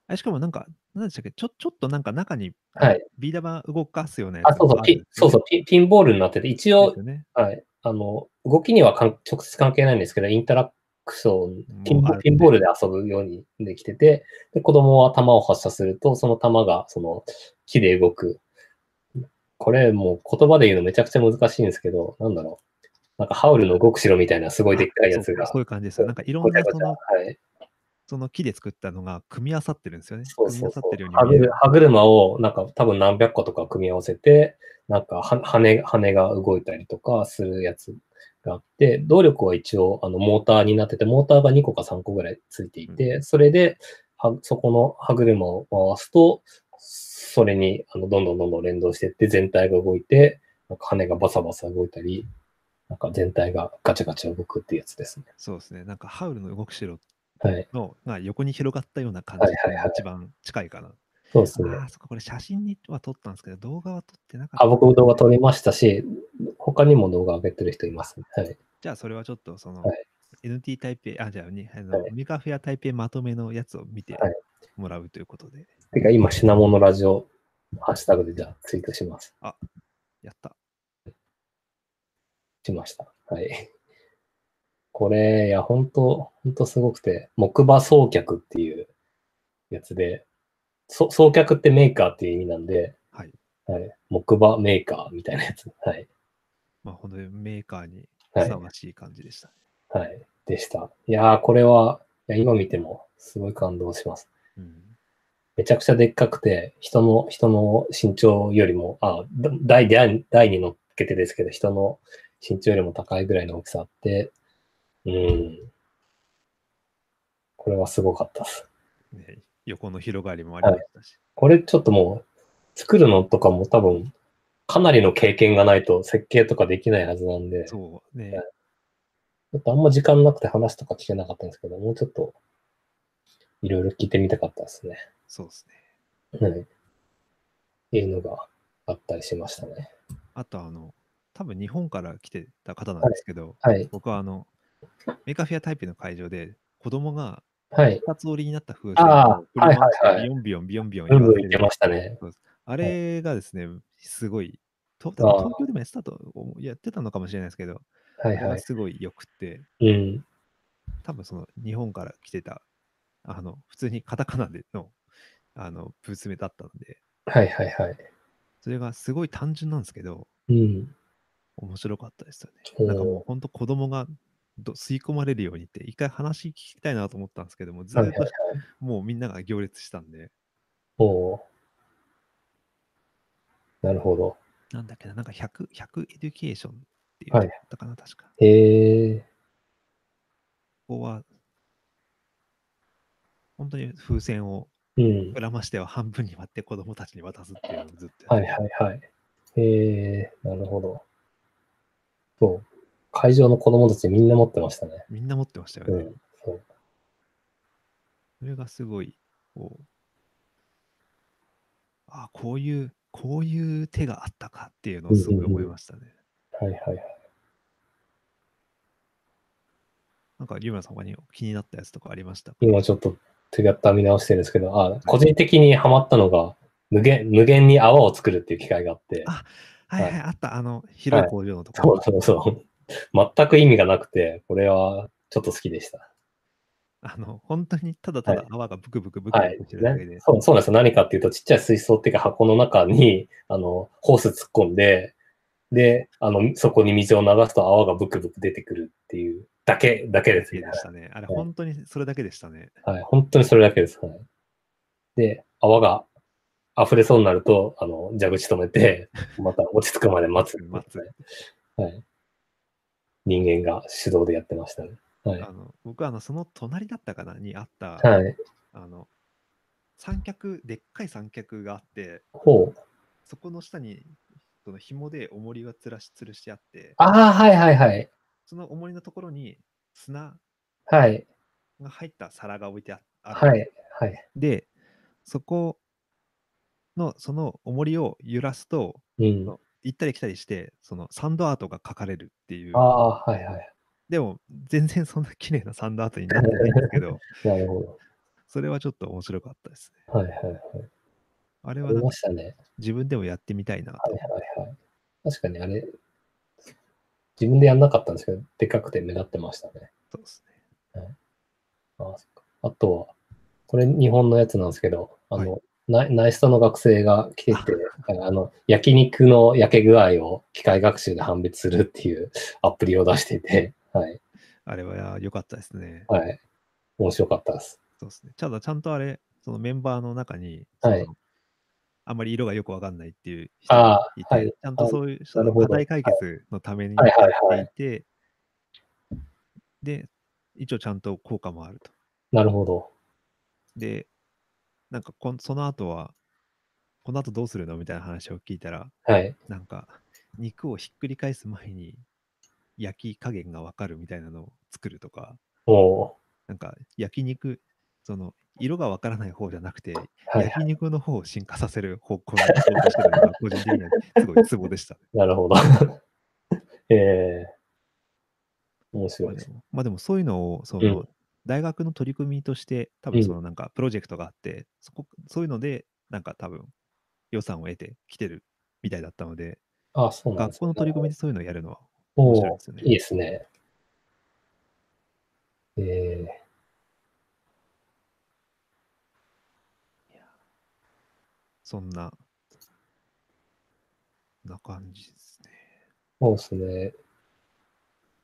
Speaker 2: あれしかもなんか、何でしたっけちょちょっとなんか中に
Speaker 1: はい。
Speaker 2: ビー玉動かすようなや
Speaker 1: あ、
Speaker 2: つ
Speaker 1: そうそう、
Speaker 2: が
Speaker 1: ピ
Speaker 2: るん
Speaker 1: ン
Speaker 2: で、す
Speaker 1: そ
Speaker 2: よ
Speaker 1: うそうピン、ピンボールになってて、一
Speaker 2: ね
Speaker 1: 応
Speaker 2: です、よね
Speaker 1: はい。あの、動きにはかん直接関係ないんですけど、インタラクション、ピン
Speaker 2: もうあ
Speaker 1: ボ
Speaker 2: るね
Speaker 1: ピンボールで遊ぶようにできてて、で、子供は球を発射すると、その球が、その、木で動く。これ、もう言葉で言うのめちゃくちゃ難しいんですけど、なんだろう。なんか、ハウルの動く城みたいなすごいでっかいやつが
Speaker 2: そう。そういう感じですよ。なんかいろん
Speaker 1: ごち
Speaker 2: な
Speaker 1: ゃご
Speaker 2: そ
Speaker 1: ちゃ。は
Speaker 2: の
Speaker 1: い。
Speaker 2: その木で作ったのが組み合わさってるんですよね。
Speaker 1: そうそうそ
Speaker 2: 組み合わさっ
Speaker 1: う歯
Speaker 2: てるよ。うに見える
Speaker 1: 車歯車を、なんか多分何百個とか組み合わせて、なんかは羽、羽が動いたりとかするやつがあって、動力は一応、あの、モーターになってて、モーターが2個か3個ぐらいついていて、それで、はそこの歯車を回すと、それに、あの、どんどんどんどん連動していって、全体が動いて、なんか羽がバサバサ動いたり、なんか全体がガチャガチャ動くっていうやつですね。
Speaker 2: そうですね。なんかハウルの動く城
Speaker 1: はい。
Speaker 2: のが横に広がったような感じ
Speaker 1: はいはいは
Speaker 2: が
Speaker 1: い
Speaker 2: 一番近いかな。
Speaker 1: そうですね。
Speaker 2: ああ、そっか、これ写真には撮ったんですけど、動画は撮って なかった。
Speaker 1: あ、僕動画撮りましたし、他にも動画上げてる人いますね。はい。
Speaker 2: じゃあ、それはちょっとその、
Speaker 1: は
Speaker 2: NT 台北、あ、じゃあに、あの
Speaker 1: はい
Speaker 2: ミカフェア台北まとめのやつを見て
Speaker 1: はい
Speaker 2: もらうということで。
Speaker 1: てか、今、品物ラジオ、ハッシュタグでじゃあツイートします。
Speaker 2: やった。
Speaker 1: しました。はい。これ、いや、本当本当すごくて、木馬送客っていうやつで、そ送客ってメーカーっていう意味なんで、
Speaker 2: はい。
Speaker 1: はい、木馬メーカーみたいなやつ。はい。
Speaker 2: まあ、本当にメーカーにふ
Speaker 1: はい
Speaker 2: さましい感じでした。
Speaker 1: はい。でした。いやー、これは、いや今見てもすごい感動します。
Speaker 2: うん。
Speaker 1: めちゃくちゃでっかくて、人の、人の身長よりも、あ、だ台、台台に乗っけてですけど、人の身長よりも高いぐらいの大きさあって、うん。これはすごかったです。
Speaker 2: ね、横の広がりもありましたし。
Speaker 1: これちょっともう、作るのとかも多分、かなりの経験がないと設計とかできないはずなんで、ちょ
Speaker 2: そうね
Speaker 1: は。っとあんま時間なくて話とか聞けなかったんですけど、もうちょっと、いろいろ聞いてみたかったですね。
Speaker 2: そうですね。
Speaker 1: はい。っていうのがあったりしましたね。
Speaker 2: あと、あの、多分日本から来てた方なんですけど、
Speaker 1: はい。
Speaker 2: 僕はあの、メカフェアタイプの会場で、子供が
Speaker 1: はい。
Speaker 2: 二つ折りになった風船
Speaker 1: あー
Speaker 2: 振り回
Speaker 1: はいはい
Speaker 2: し
Speaker 1: は
Speaker 2: て
Speaker 1: い
Speaker 2: ビヨンビヨンビヨンビヨン
Speaker 1: ブンブン
Speaker 2: れ
Speaker 1: 言
Speaker 2: る
Speaker 1: ってましたね。
Speaker 2: そうですあれがですね、すごい、と
Speaker 1: あー
Speaker 2: 東京でもやってたと思うやってたのかもしれないですけど、
Speaker 1: は
Speaker 2: あ
Speaker 1: い
Speaker 2: れ
Speaker 1: は。
Speaker 2: はいすごい良くて、
Speaker 1: うん。
Speaker 2: 多分その日本から来てた、あの、普通にカタカナでの、あの、ブース目だったので、
Speaker 1: はいはいはい。
Speaker 2: それがすごい単純なんですけど、
Speaker 1: うん。
Speaker 2: 面白かったですよ
Speaker 1: おー
Speaker 2: ね。なんかもう本当子供がど吸い込まれるようにって、一回話聞きたいなと思ったんですけども、ず
Speaker 1: はいはい
Speaker 2: ーっ
Speaker 1: はい
Speaker 2: と。もうみんなが行列したんで、
Speaker 1: おーなるほど。
Speaker 2: なんだっけな、なんか100、100エデュケーションっていう
Speaker 1: は
Speaker 2: の
Speaker 1: い
Speaker 2: だったかな、確か。
Speaker 1: へえ。
Speaker 2: こは、本当に風船を
Speaker 1: うん。
Speaker 2: 膨らましては半分に割って子供たちに渡すっていうのをずっと
Speaker 1: は
Speaker 2: や
Speaker 1: い
Speaker 2: って
Speaker 1: はいはい。えー、なるほど。そう。会場の子供たちみんな持ってましたね。
Speaker 2: みんな持ってましたよ
Speaker 1: う
Speaker 2: ね。
Speaker 1: ん。そう
Speaker 2: それがすごい、こう、あこういう、こういう手があったかっていうのをすごい思いましたね。
Speaker 1: はいはいはい。
Speaker 2: なんか、リュウマさん他に気になったやつとかありましたか
Speaker 1: 今ちょっと手形見直してるんですけど、あ、個人的にハマったのが、無限、無限に泡を作るっていう機会があって。
Speaker 2: あはいはい、あった、あの、広い工場のとこ
Speaker 1: そ
Speaker 2: ろ。
Speaker 1: うそうそう。全く意味がなくて、これはちょっと好きでした。
Speaker 2: あの、本当にただただ
Speaker 1: はい
Speaker 2: 泡がブクブクブク
Speaker 1: は
Speaker 2: ブ
Speaker 1: い
Speaker 2: クしてるだけ
Speaker 1: ね
Speaker 2: で、、
Speaker 1: そう。そうなんですよ。何かっていうと、ちっちゃい水槽っていうか箱の中に、あの、ホース突っ込んで、で、あの、そこに水を流すと泡がブクブク出てくるっていうだけ、だけです
Speaker 2: 綺
Speaker 1: ね
Speaker 2: 麗。でしたね。あれ、
Speaker 1: はい
Speaker 2: 本当にそれだけでしたね。
Speaker 1: はい。本当にそれだけです。はい、で、泡が溢れそうになると、あの、蛇口止めて、 また落ち着くまで待つ。
Speaker 2: 待つ
Speaker 1: はい。人間が手動でやってましたね。はい。
Speaker 2: あの僕はあのその隣だったかなにあった、
Speaker 1: はい。
Speaker 2: あの三脚でっかい三脚があって
Speaker 1: ほう。
Speaker 2: そこの下にその紐で重りがつらし吊るしてあって
Speaker 1: ああ、はいはいはい。
Speaker 2: その重りのところに砂
Speaker 1: はい。
Speaker 2: が入った皿が置いてあある、
Speaker 1: はい。はい。
Speaker 2: でそこのその重りを揺らすと
Speaker 1: うん。
Speaker 2: 行ったり来たりしてそのサンドアートが描かれるっていう
Speaker 1: ああ、はいはい。
Speaker 2: でも全然そんな綺麗なサンドアートになってないんです けど
Speaker 1: なるほ
Speaker 2: それはちょっと面白かったですね
Speaker 1: ど。はいはいはい。
Speaker 2: あれ
Speaker 1: あ
Speaker 2: はな
Speaker 1: り
Speaker 2: んか
Speaker 1: ましたね。
Speaker 2: 自分でもやってみたいなと
Speaker 1: はいはいはい。確かにあれ、自分でやんなかったんですけど、でかくて目立ってましたね。
Speaker 2: そうですね。
Speaker 1: あーそっかあとは、これ日本のやつなんですけど、あの、ナイナイストの学生が来て て、あの、焼肉の焼け具合を機械学習で判別するっていうアプリを出してて、はい。
Speaker 2: あれは良かったですね。
Speaker 1: はい。面白かったです。
Speaker 2: そうですね。ただ、ちゃんとあれ、そのメンバーの中に、
Speaker 1: はい
Speaker 2: そのあんまり色がよくわかんないっていう人
Speaker 1: あ
Speaker 2: が
Speaker 1: ー
Speaker 2: いて、
Speaker 1: はい
Speaker 2: ちゃんとそういうそ
Speaker 1: なる
Speaker 2: の
Speaker 1: ほど
Speaker 2: 課題解決のためにや
Speaker 1: はいはい
Speaker 2: っ
Speaker 1: は
Speaker 2: て
Speaker 1: い
Speaker 2: いて、で、一応ちゃんと効果もあると。
Speaker 1: なるほど。
Speaker 2: で、なんかこん、その後は、この後どうするのみたいな話を聞いたら、
Speaker 1: はい。
Speaker 2: なんか、肉をひっくり返す前に、焼き加減がわかるみたいなのを作るとか、
Speaker 1: お
Speaker 2: なんか焼肉、その色がわからない方じゃなくて、
Speaker 1: ーはい。
Speaker 2: 焼肉の方を進化させる方向に行こうとしてるのが個人的にはすごいツボでしたね。
Speaker 1: なるほど。 ええ面
Speaker 2: ま
Speaker 1: 白
Speaker 2: あ
Speaker 1: いで。
Speaker 2: ですもまあでもそういうのをそ
Speaker 1: うん
Speaker 2: の大学の取り組みとして、多
Speaker 1: う
Speaker 2: 分
Speaker 1: ん
Speaker 2: そのなんかプロジェクトがあって、そこそういうので、なんか多分予算を得てきてるみたいだったので、
Speaker 1: あ、そうなんで
Speaker 2: 学
Speaker 1: す
Speaker 2: 校
Speaker 1: ね
Speaker 2: の取り組みでそういうのをやるのは面白い
Speaker 1: お
Speaker 2: ですよ
Speaker 1: ー
Speaker 2: ね
Speaker 1: いいですね。ええ
Speaker 2: そんな、な感じですね。
Speaker 1: そうですね。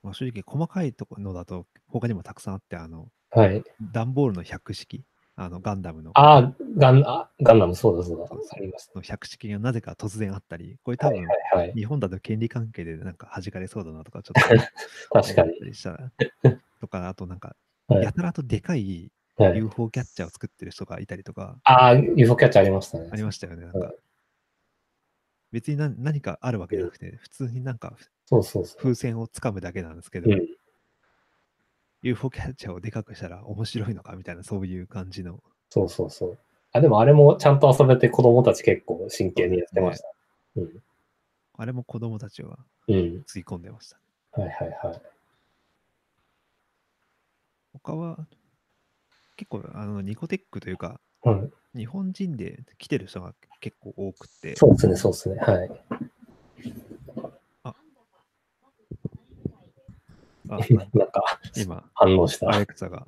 Speaker 2: まあ、正直細かいところのだと他にもたくさんあって、あの、
Speaker 1: はい。
Speaker 2: 段ボールの百式、あのガンダムの
Speaker 1: ああ、ガン、あガンダム、そうだそうだ。ありまし
Speaker 2: の百式がなぜか突然あったり、これ
Speaker 1: た。
Speaker 2: 多
Speaker 1: はい
Speaker 2: 分
Speaker 1: はいはい。
Speaker 2: 日本だと権利関係でなんか弾かれそうだなとかちょっと
Speaker 1: 確か
Speaker 2: 思っ
Speaker 1: に。
Speaker 2: たりしたら とか、あとなんか、
Speaker 1: はい
Speaker 2: やたらとでかい
Speaker 1: はい
Speaker 2: UFO キャッチャーを作ってる人がいたりとか
Speaker 1: ああ、UFO キャッチありましたね。
Speaker 2: ありましたよね。なん
Speaker 1: は
Speaker 2: か
Speaker 1: い
Speaker 2: 別に何何かあるわけじゃなくて、普通になんか
Speaker 1: そうそうそう。
Speaker 2: 風船をつかむだけなんですけど
Speaker 1: う、ん。
Speaker 2: UFO キャッチャーをでかくしたら面白いのかみたいな、そういう感じの。
Speaker 1: そうそうそう。あ、でもあれもちゃんと遊べて子供たち結構真剣にやってました。
Speaker 2: あれも子供たちは
Speaker 1: うん。うん。
Speaker 2: つぎ込んでました。
Speaker 1: はいはいはい。
Speaker 2: 他は結構あのニコテックというか
Speaker 1: うん、
Speaker 2: 日本人で来てる人が結構多くて
Speaker 1: そうですね、そうですね。はい。
Speaker 2: あ
Speaker 1: なんか
Speaker 2: 今
Speaker 1: 反応した。
Speaker 2: ア
Speaker 1: あ
Speaker 2: レクサが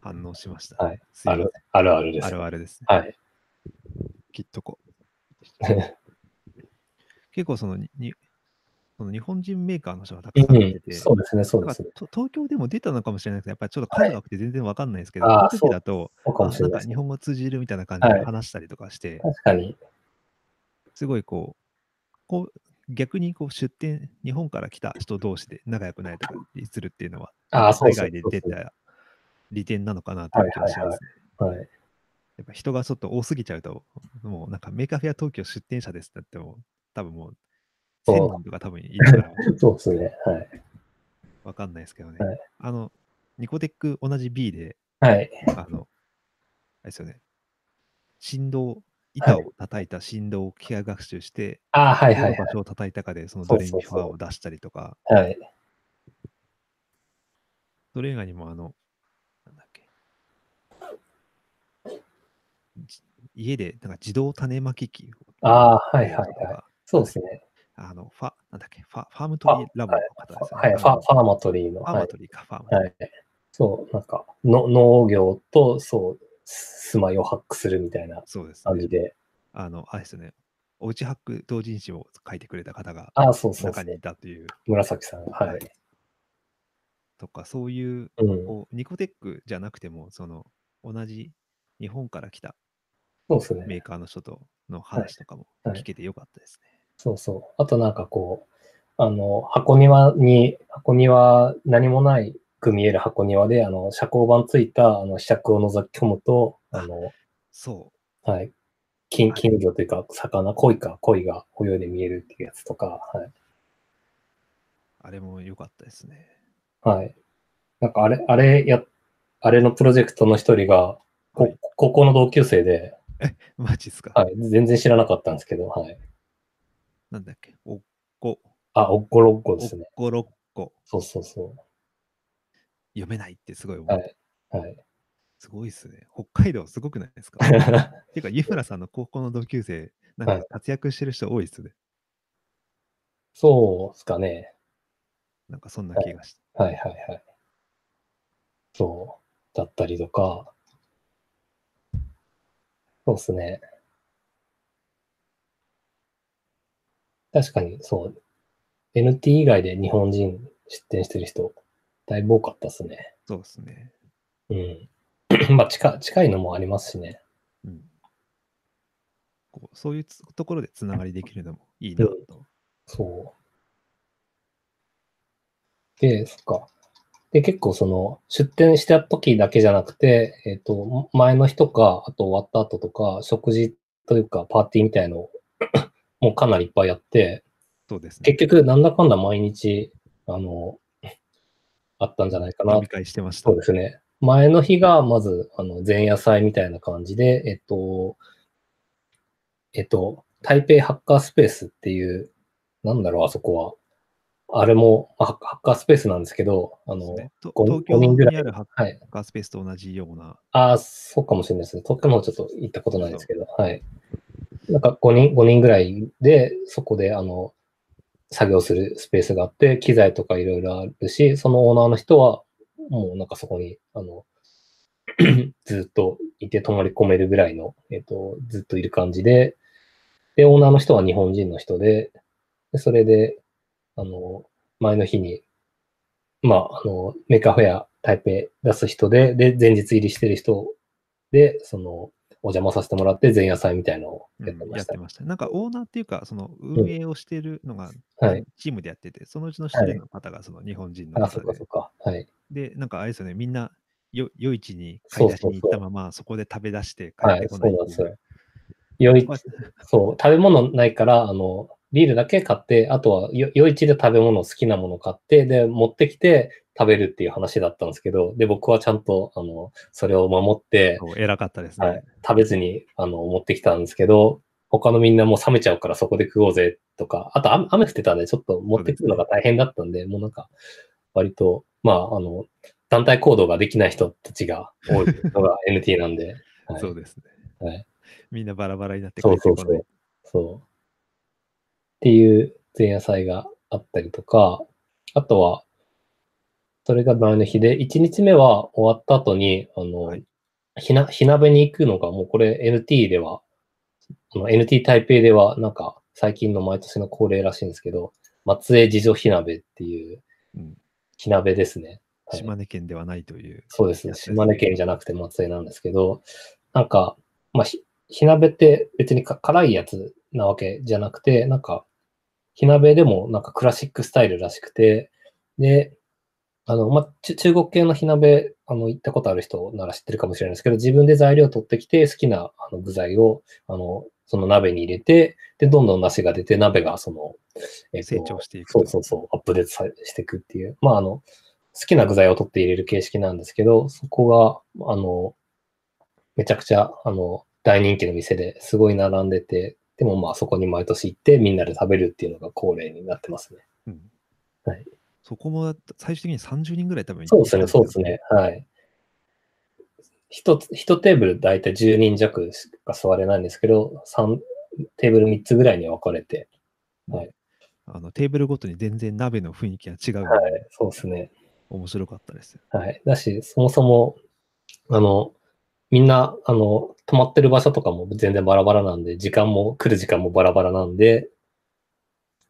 Speaker 2: 反応しました、
Speaker 1: はい
Speaker 2: すいません
Speaker 1: るあるあるです。
Speaker 2: あるあるですね
Speaker 1: はい。
Speaker 2: きっとこ 結構そのににその日本人メーカーの人がたく
Speaker 1: う
Speaker 2: さん来
Speaker 1: ん
Speaker 2: て、て、
Speaker 1: そうですね、そう
Speaker 2: な
Speaker 1: で
Speaker 2: ん
Speaker 1: すね。
Speaker 2: かと東京でも出たのかもしれないけどやっぱりちょっと数が多くて全然わかんないですけど、
Speaker 1: はいあー
Speaker 2: この時だと
Speaker 1: そうか
Speaker 2: あ
Speaker 1: もし
Speaker 2: な
Speaker 1: れ
Speaker 2: ん
Speaker 1: ないで
Speaker 2: か
Speaker 1: す
Speaker 2: 日
Speaker 1: ね。
Speaker 2: 本語通じるみたいな感じ
Speaker 1: は
Speaker 2: で
Speaker 1: い
Speaker 2: 話したりとかして、
Speaker 1: 確かに。
Speaker 2: すごいこうこう逆にこう出店、日本から来た人同士で仲良くないとかするっていうのは、
Speaker 1: ああ、そう
Speaker 2: 海
Speaker 1: そう
Speaker 2: 外で出
Speaker 1: そう
Speaker 2: た利点なのかなという気がし
Speaker 1: はい
Speaker 2: ま
Speaker 1: はいそうは
Speaker 2: すね。
Speaker 1: い。
Speaker 2: やっぱ人がちょっと多すぎちゃうと、もうなんかメーカーフェア東京出店者ですってなっても、多分もう
Speaker 1: そう
Speaker 2: 1000人とか多分いる から
Speaker 1: そうですね。はい。
Speaker 2: わかんないですけどね
Speaker 1: はい。
Speaker 2: あの、ニコテック同じ B で、
Speaker 1: はい。
Speaker 2: あの、あれですよね、振動、板を叩いた振動を機械学習して、
Speaker 1: ああ、はい
Speaker 2: ど
Speaker 1: は
Speaker 2: の
Speaker 1: い
Speaker 2: 場所を叩いたかで、そのドレミファを出したりとか、
Speaker 1: はい。はい。
Speaker 2: それ以外にも、あの、なんだっけ、じ家で、なんか自動種まき機を
Speaker 1: ああ、はいはい
Speaker 2: と
Speaker 1: はい。
Speaker 2: か
Speaker 1: そうですね。
Speaker 2: あの、ファ、なんだっけ、ファファームトリーラボの方ですよ
Speaker 1: はい。
Speaker 2: ね。
Speaker 1: ファ
Speaker 2: フ
Speaker 1: ファーマトリーの。
Speaker 2: ァー
Speaker 1: は
Speaker 2: ム
Speaker 1: い。
Speaker 2: トリーか、ファームトリー。
Speaker 1: はい。そう、なんか、の農業と、そう、住まいをハックするみたいな
Speaker 2: そうです
Speaker 1: 感
Speaker 2: ね
Speaker 1: じ。で。
Speaker 2: あの、あれですよね。おうちハック同人誌を書いてくれた方が
Speaker 1: ああ、そうそう
Speaker 2: 中
Speaker 1: そう
Speaker 2: にいたという、
Speaker 1: 紫さん。はい。
Speaker 2: とか、そういう、
Speaker 1: うん。
Speaker 2: こうニコテックじゃなくても、その、同じ日本から来た
Speaker 1: そうですね。
Speaker 2: メーカーの人との話とかも
Speaker 1: はい
Speaker 2: 聞けてよかったですね。
Speaker 1: そうそう。あとなんかこう、あの、箱庭に、箱庭、何もないく見える箱庭で、あの、遮光板ついた、あの、試着を覗き込むと、あの、
Speaker 2: そう。
Speaker 1: はい。金、金魚というか、魚、鯉か、鯉が泳いで見えるっていうやつとか、はい。
Speaker 2: あれも良かったですね。
Speaker 1: はい。なんかあれ、あれや、あれのプロジェクトの一人が、こ
Speaker 2: はい
Speaker 1: 高校の同級生で、
Speaker 2: マジっすか。
Speaker 1: はい、全然知らなかったんですけど、はい。
Speaker 2: なんだっけ。おっこ、
Speaker 1: あ、おっころっこ
Speaker 2: お
Speaker 1: で
Speaker 2: っ
Speaker 1: すね。
Speaker 2: ころっこ、
Speaker 1: そうそうそ
Speaker 2: 読めないってすごい思
Speaker 1: は
Speaker 2: う。
Speaker 1: う。はい。
Speaker 2: すごいっすね。北海道すごくないですかていうか、湯村さんの高校の同級生、なん
Speaker 1: はい
Speaker 2: か活躍してる人多いっすね。
Speaker 1: そうですかね。
Speaker 2: なんかそんな気がして。
Speaker 1: はいはいはい。そう、だったりとか、そうですね。確かにそう、NT 以外で日本人出店してる人、だいぶ多かったですね。
Speaker 2: そうですね。
Speaker 1: うん。 まあ近、近いのもありますしね。
Speaker 2: うん。こうそういうつところでつながりできるのもいいなと。
Speaker 1: そう。で、そっか。で、結構その、出店した時だけじゃなくて、えっ、と、前の日とか、あと終わった後とか、食事というか、パーティーみたいのを もうかなりいっぱいやって、
Speaker 2: そうですね。
Speaker 1: 結局、なんだかんだ毎日、あの、あったんじゃないかな
Speaker 2: 飲み。会してました
Speaker 1: そう。ですね。前の日が、まず、あの、前夜祭みたいな感じで、えっ、と、えっ、と、台北ハッカースペースっていう、なんだろう、あそこは。あれも、まあハッハッカースペースなんですけど、あ
Speaker 2: そう
Speaker 1: の、
Speaker 2: ですねと
Speaker 1: ご
Speaker 2: 東
Speaker 1: ご
Speaker 2: 京
Speaker 1: 人ぐらい
Speaker 2: にあるハッ
Speaker 1: はい。
Speaker 2: カースペースと同じような、
Speaker 1: ああ、そうかもしれないですね。とってもちょっと行ったことないですけど、はい。なんか5人、5人ぐらいで、そこで、あの、作業するスペースがあって、機材とかいろいろあるし、そのオーナーの人は、もうなんかそこに、あの、 ずっといて泊まり込めるぐらいの、えっ、と、ずっといる感じで、で、オーナーの人は日本人の人で、でそれで、あの、前の日に、まあ、あの、メーカーフェア、台北出す人で、で、前日入りしてる人で、その、お邪魔させてもらって前夜祭みたいなのを
Speaker 2: うん
Speaker 1: やってまし。
Speaker 2: やったてました。なんかオーナーっていうか、その運営をしているのが、
Speaker 1: はい。
Speaker 2: チームでやってて、そのうちの一人の方がその日本人の
Speaker 1: あ、そ
Speaker 2: 方で
Speaker 1: っ、かそっか。はい。
Speaker 2: で、なんかあれですよね、みんなよ夜市に
Speaker 1: そ
Speaker 2: 買いう出し
Speaker 1: そうそう
Speaker 2: に行ったまま、そこで食べ出して帰っ
Speaker 1: は
Speaker 2: て
Speaker 1: い、そ
Speaker 2: こ
Speaker 1: う
Speaker 2: ない
Speaker 1: なん
Speaker 2: っ
Speaker 1: です
Speaker 2: ていう
Speaker 1: よ。よい
Speaker 2: まあ
Speaker 1: そう、食べ物ないから、あの、ビールだけ買って、あとはよ、夜市で食べ物、好きなもの買って、で、持ってきて食べるっていう話だったんですけど、で、僕はちゃんと、あの、それを守って、
Speaker 2: そう偉かったですね。
Speaker 1: はい、食べずに、あの、持ってきたんですけど、他のみんなもう冷めちゃうからそこで食おうぜとか、あと雨雨降ってたんで、ちょっと持ってくるのが大変だったんで、もうなんか、割と、まあ、あの、団体行動ができない人たちが多いのが NT なんで、はい
Speaker 2: そうですね。
Speaker 1: はい、
Speaker 2: みんなバラバラになって帰
Speaker 1: そ
Speaker 2: っ
Speaker 1: う
Speaker 2: てこ
Speaker 1: そ
Speaker 2: な
Speaker 1: う
Speaker 2: い。
Speaker 1: そう。そう。っていう前夜祭があったりとか、あとは、それが前の日で、1日目は終わった後に、あの、
Speaker 2: はい
Speaker 1: ひな、火鍋に行くのが、もうこれ NT では、あの NT 台北では、なんか、最近の毎年の恒例らしいんですけど、松江自助火鍋っていう
Speaker 2: うん
Speaker 1: 火鍋ですね。はい
Speaker 2: 島根県ではないという。
Speaker 1: そうです
Speaker 2: や
Speaker 1: ね。
Speaker 2: つです
Speaker 1: 島根県じゃなくて松江なんですけど、なんか、まあ、ひ火鍋って別にか辛いやつなわけじゃなくて、なんか、火鍋でもなんかクラシックスタイルらしくて、で、あの、ま、ち中国系の火鍋、あの、行ったことある人なら知ってるかもしれないですけど、自分で材料取ってきて、好きなあの具材を、あの、その鍋に入れて、で、どんどん梨が出て、鍋がその、えっと
Speaker 2: 成長していくと
Speaker 1: そうそうそう、アップデートさしていくっていう。まあ、あの、好きな具材を取って入れる形式なんですけど、そこが、あの、めちゃくちゃ、あの、大人気の店ですごい並んでて、でもまあそこに毎年行ってみんなで食べるっていうのが恒例になってますね。
Speaker 2: うん
Speaker 1: はい
Speaker 2: そこもだって最終的に30人ぐらい多分
Speaker 1: そうですね、そうですね。はい。一つ、一テーブル大体10人弱しか座れないんですけど、三テーブル3つぐらいに分かれて、
Speaker 2: あのテーブルごとに全然鍋の雰囲気が違うの
Speaker 1: は
Speaker 2: が
Speaker 1: い、そうですね。
Speaker 2: 面白かったですよ。
Speaker 1: はい。だし、そもそも、あの、みんな、あの、泊まってる場所とかも全然バラバラなんで、時間も、来る時間もバラバラなんで、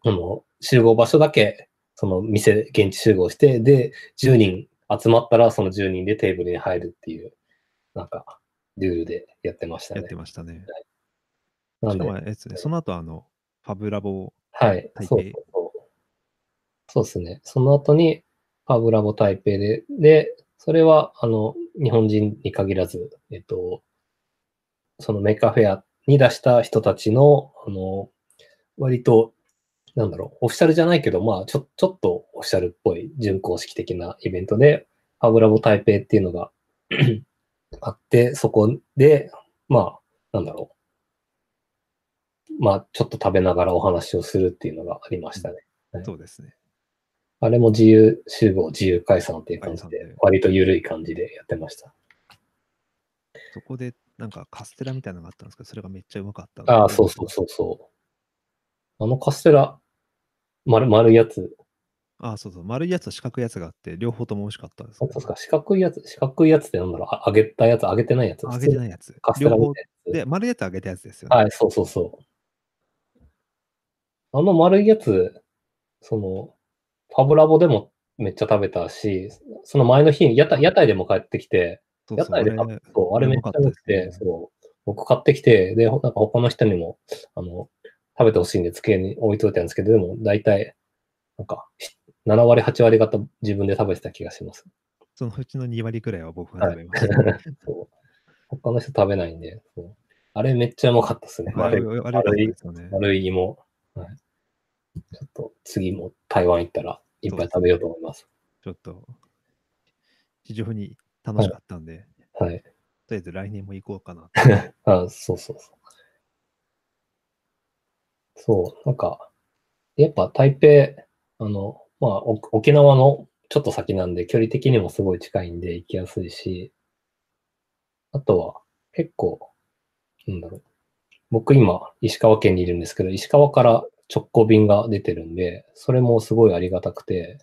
Speaker 1: あの、集合場所だけ、その店、現地集合して、で、10人集まったら、その10人でテーブルに入るっていう、なんか、ルールでやってました
Speaker 2: やっ
Speaker 1: ね
Speaker 2: て。ましたね。
Speaker 1: な
Speaker 2: し
Speaker 1: ん
Speaker 2: か
Speaker 1: で
Speaker 2: も、あれですね、その後あの、ファブラボ、
Speaker 1: はい、
Speaker 2: 台
Speaker 1: そうそう
Speaker 2: 北
Speaker 1: そう。そうですね。その後に、パブラボ台北で、で、それは、あの、日本人に限らず、えっと、そのメーカーフェアに出した人たちの、あの、割と、なんだろう、オフィシャルじゃないけど、まあ、ちょ、ちょっとオフィシャルっぽい、準公式的なイベントで、パブラボ台北っていうのが あって、そこで、まあ、なんだろう、まあ、ちょっと食べながらお話をするっていうのがありましたね。はい
Speaker 2: そうですね。
Speaker 1: あれも自由集合、自由解散っていう感じ
Speaker 2: 解散
Speaker 1: で
Speaker 2: で、
Speaker 1: 割と緩い感じでやってました。
Speaker 2: そこで、なんかカステラみたいなのがあったんですけど、それがめっちゃうまかったので。
Speaker 1: ああ、そうそうそうそう。あのカステラ、丸丸いやつ、
Speaker 2: ああ、そうそう。丸いやつと四角いやつがあって、両方とも美味しかったです
Speaker 1: 本当ですか四角いやつ、四角いやつってなんだろう、あ揚げたやつ、揚げてないやつ。
Speaker 2: あげてないやつ。
Speaker 1: カステ
Speaker 2: 両
Speaker 1: ラみ
Speaker 2: 方
Speaker 1: たいなや
Speaker 2: で、丸いやつあげたやつですよ
Speaker 1: つ。
Speaker 2: ね。
Speaker 1: はい、そうそうそう。あの丸いやつ、その、ファブラボでもめっちゃ食べたし、その前の日に屋台、屋台でも帰ってきて、
Speaker 2: そう
Speaker 1: 屋
Speaker 2: そう。
Speaker 1: 台で買
Speaker 2: あ
Speaker 1: っ
Speaker 2: れ
Speaker 1: そう、あれめっちゃ良くて、そう、僕買ってきて、で、ほなんか他の人にも、あの、食べてほしいんで、机に置いといたんですけど、でも、大体、なんか、7割、8割方自分で食べてた気がします。
Speaker 2: そのうちの2割くらいは僕が食べまし
Speaker 1: は
Speaker 2: た。
Speaker 1: そう他の人食べないんで、そうあれめっちゃうまかったですね。
Speaker 2: あれ
Speaker 1: 丸い、
Speaker 2: あれ
Speaker 1: 丸
Speaker 2: 悪い
Speaker 1: い
Speaker 2: ですよね。
Speaker 1: 丸い芋。はい、ちょっと、次も台湾行ったら、いっぱい食べようと思います。
Speaker 2: ちょっと、非常に楽しかったんで、
Speaker 1: はい。
Speaker 2: とりあえず来年も行こうかな。
Speaker 1: あ、そうそうそう。そう、なんか、やっぱ台北、あの、まあ、お沖縄のちょっと先なんで、距離的にもすごい近いんで行きやすいし、あとは結構、なんだろう。僕今、石川県にいるんですけど、石川から直行便が出てるんで、それもすごいありがたくて、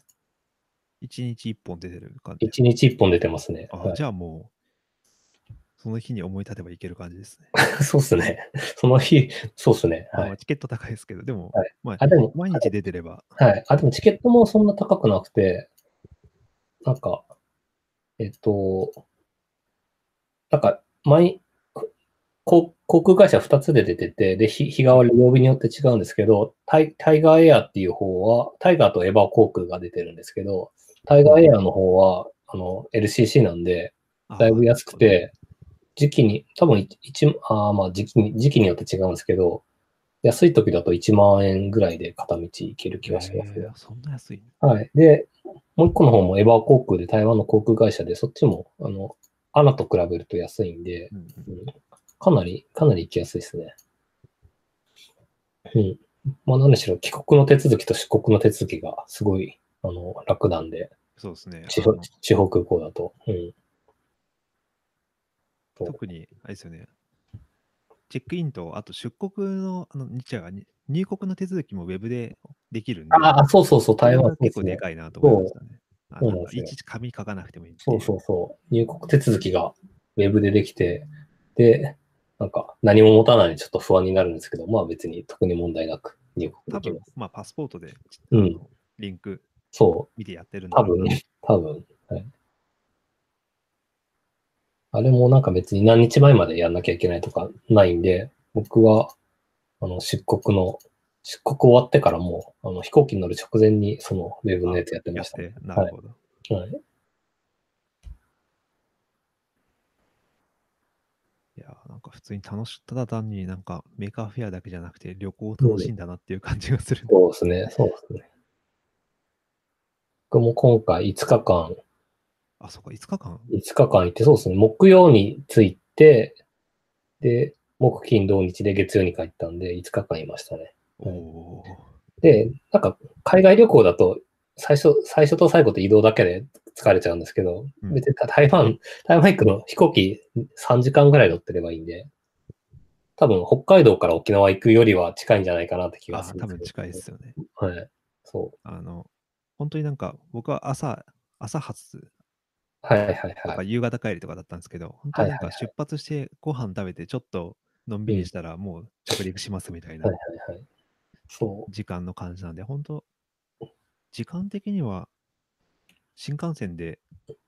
Speaker 2: 一日一本出てる感じです。
Speaker 1: 1日1本出てますね。
Speaker 2: あ、
Speaker 1: はい
Speaker 2: じゃあもう、その日に思い立てばいける感じですね。
Speaker 1: そうっすね。その日、そうっすね。は
Speaker 2: まあ
Speaker 1: い。
Speaker 2: チケット高いですけど、でも、
Speaker 1: はい
Speaker 2: まあ
Speaker 1: あ、でも、
Speaker 2: 毎日出てれば、
Speaker 1: はい。あ、でもチケットもそんな高くなくて、なんか、えっと、なんか、毎、航航空会社2つで出てて、で、日日替わり曜日によって違うんですけどタイ、タイガーエアっていう方は、タイガーとエバー航空が出てるんですけど、タイガーエアの方は、あの、LCC なんで、
Speaker 2: あ
Speaker 1: だいぶ安く
Speaker 2: そうね
Speaker 1: て、時期に、多分一、あーまあ時期に、時期によって違うんですけど、安い時だと1万円ぐらいで片道行ける気がしますね
Speaker 2: へえそんな安い
Speaker 1: はい。で、もう一個の方もエバー航空で台湾の航空会社で、そっちも、あの、アナと比べると安いんで、
Speaker 2: の、うんうん
Speaker 1: うんかなり、かなり行きやすいですね。うん。まあ何しろ帰国の手続きと出国の手続きがすごい、あの、楽なんで、
Speaker 2: そうですね。
Speaker 1: 地
Speaker 2: あ
Speaker 1: 方
Speaker 2: の
Speaker 1: 地方空港だと。うん。
Speaker 2: 特に、あれですよね。チェックインと、あと出国の、あの、日夜がに入国の手続きもウェブでできるんで、
Speaker 1: ああ、そうそうそう、台湾
Speaker 2: それが結
Speaker 1: そうす
Speaker 2: 構
Speaker 1: ね
Speaker 2: でかいなと思いましたね。あ
Speaker 1: そう
Speaker 2: なん
Speaker 1: なん
Speaker 2: か
Speaker 1: です
Speaker 2: い
Speaker 1: よ
Speaker 2: ちいち紙に書かなくてもいいってい
Speaker 1: そうそうそう。入国手続きがウェブでできて、で、なんか何も持たないのでちょっと不安になるんですけど、まあ別に特に問題なく入国
Speaker 2: 多
Speaker 1: でき
Speaker 2: 分
Speaker 1: ます。
Speaker 2: まあ、パスポートで、
Speaker 1: うん
Speaker 2: あのリンク
Speaker 1: そ
Speaker 2: 見てやってるん
Speaker 1: う、
Speaker 2: で、
Speaker 1: 多分、多分。はい、あれもなんか別に何日前までやんなきゃいけないとかないんで、僕はあの出国の出国終わってからもう、あの飛行機に乗る直前に、そのウェブのやつやって
Speaker 2: や
Speaker 1: ま
Speaker 2: っ
Speaker 1: した、ね
Speaker 2: て、。なるほど。
Speaker 1: はい。
Speaker 2: いやー、なんか普通に楽し、ただ単になんかメーカーフェアだけじゃなくて旅行を楽しんだなっていう感じがする。
Speaker 1: そうですね、そうですね。僕も今回5日間、
Speaker 2: あ、そっか、5日間
Speaker 1: 5日間行って、そうですね、木曜に着いて、で、木金土日で月曜に帰ったんで、5日間いましたね。
Speaker 2: おおー。
Speaker 1: で、なんか、海外旅行だと、最初、最初と最後と移動だけで疲れちゃうんですけど、
Speaker 2: うん
Speaker 1: 別に台湾、台湾行くの飛行機3時間ぐらい乗ってればいいんで、多分北海道から沖縄行くよりは近いんじゃないかなって気が
Speaker 2: あ
Speaker 1: す
Speaker 2: ー、
Speaker 1: る
Speaker 2: 多
Speaker 1: ん
Speaker 2: 分
Speaker 1: です
Speaker 2: 近
Speaker 1: けど
Speaker 2: いですよね。
Speaker 1: はい。そう。
Speaker 2: あの、本当になんか僕は朝、朝発
Speaker 1: はいはいはい。
Speaker 2: とか夕方帰りとかだったんですけど、本当になん
Speaker 1: は
Speaker 2: か
Speaker 1: いはい
Speaker 2: 出発してご飯食べてちょっとのんびりしたらもう着陸しますみたいな
Speaker 1: はいはいはい。そう。
Speaker 2: 時間の感じなんで、本当、時間的には新幹線で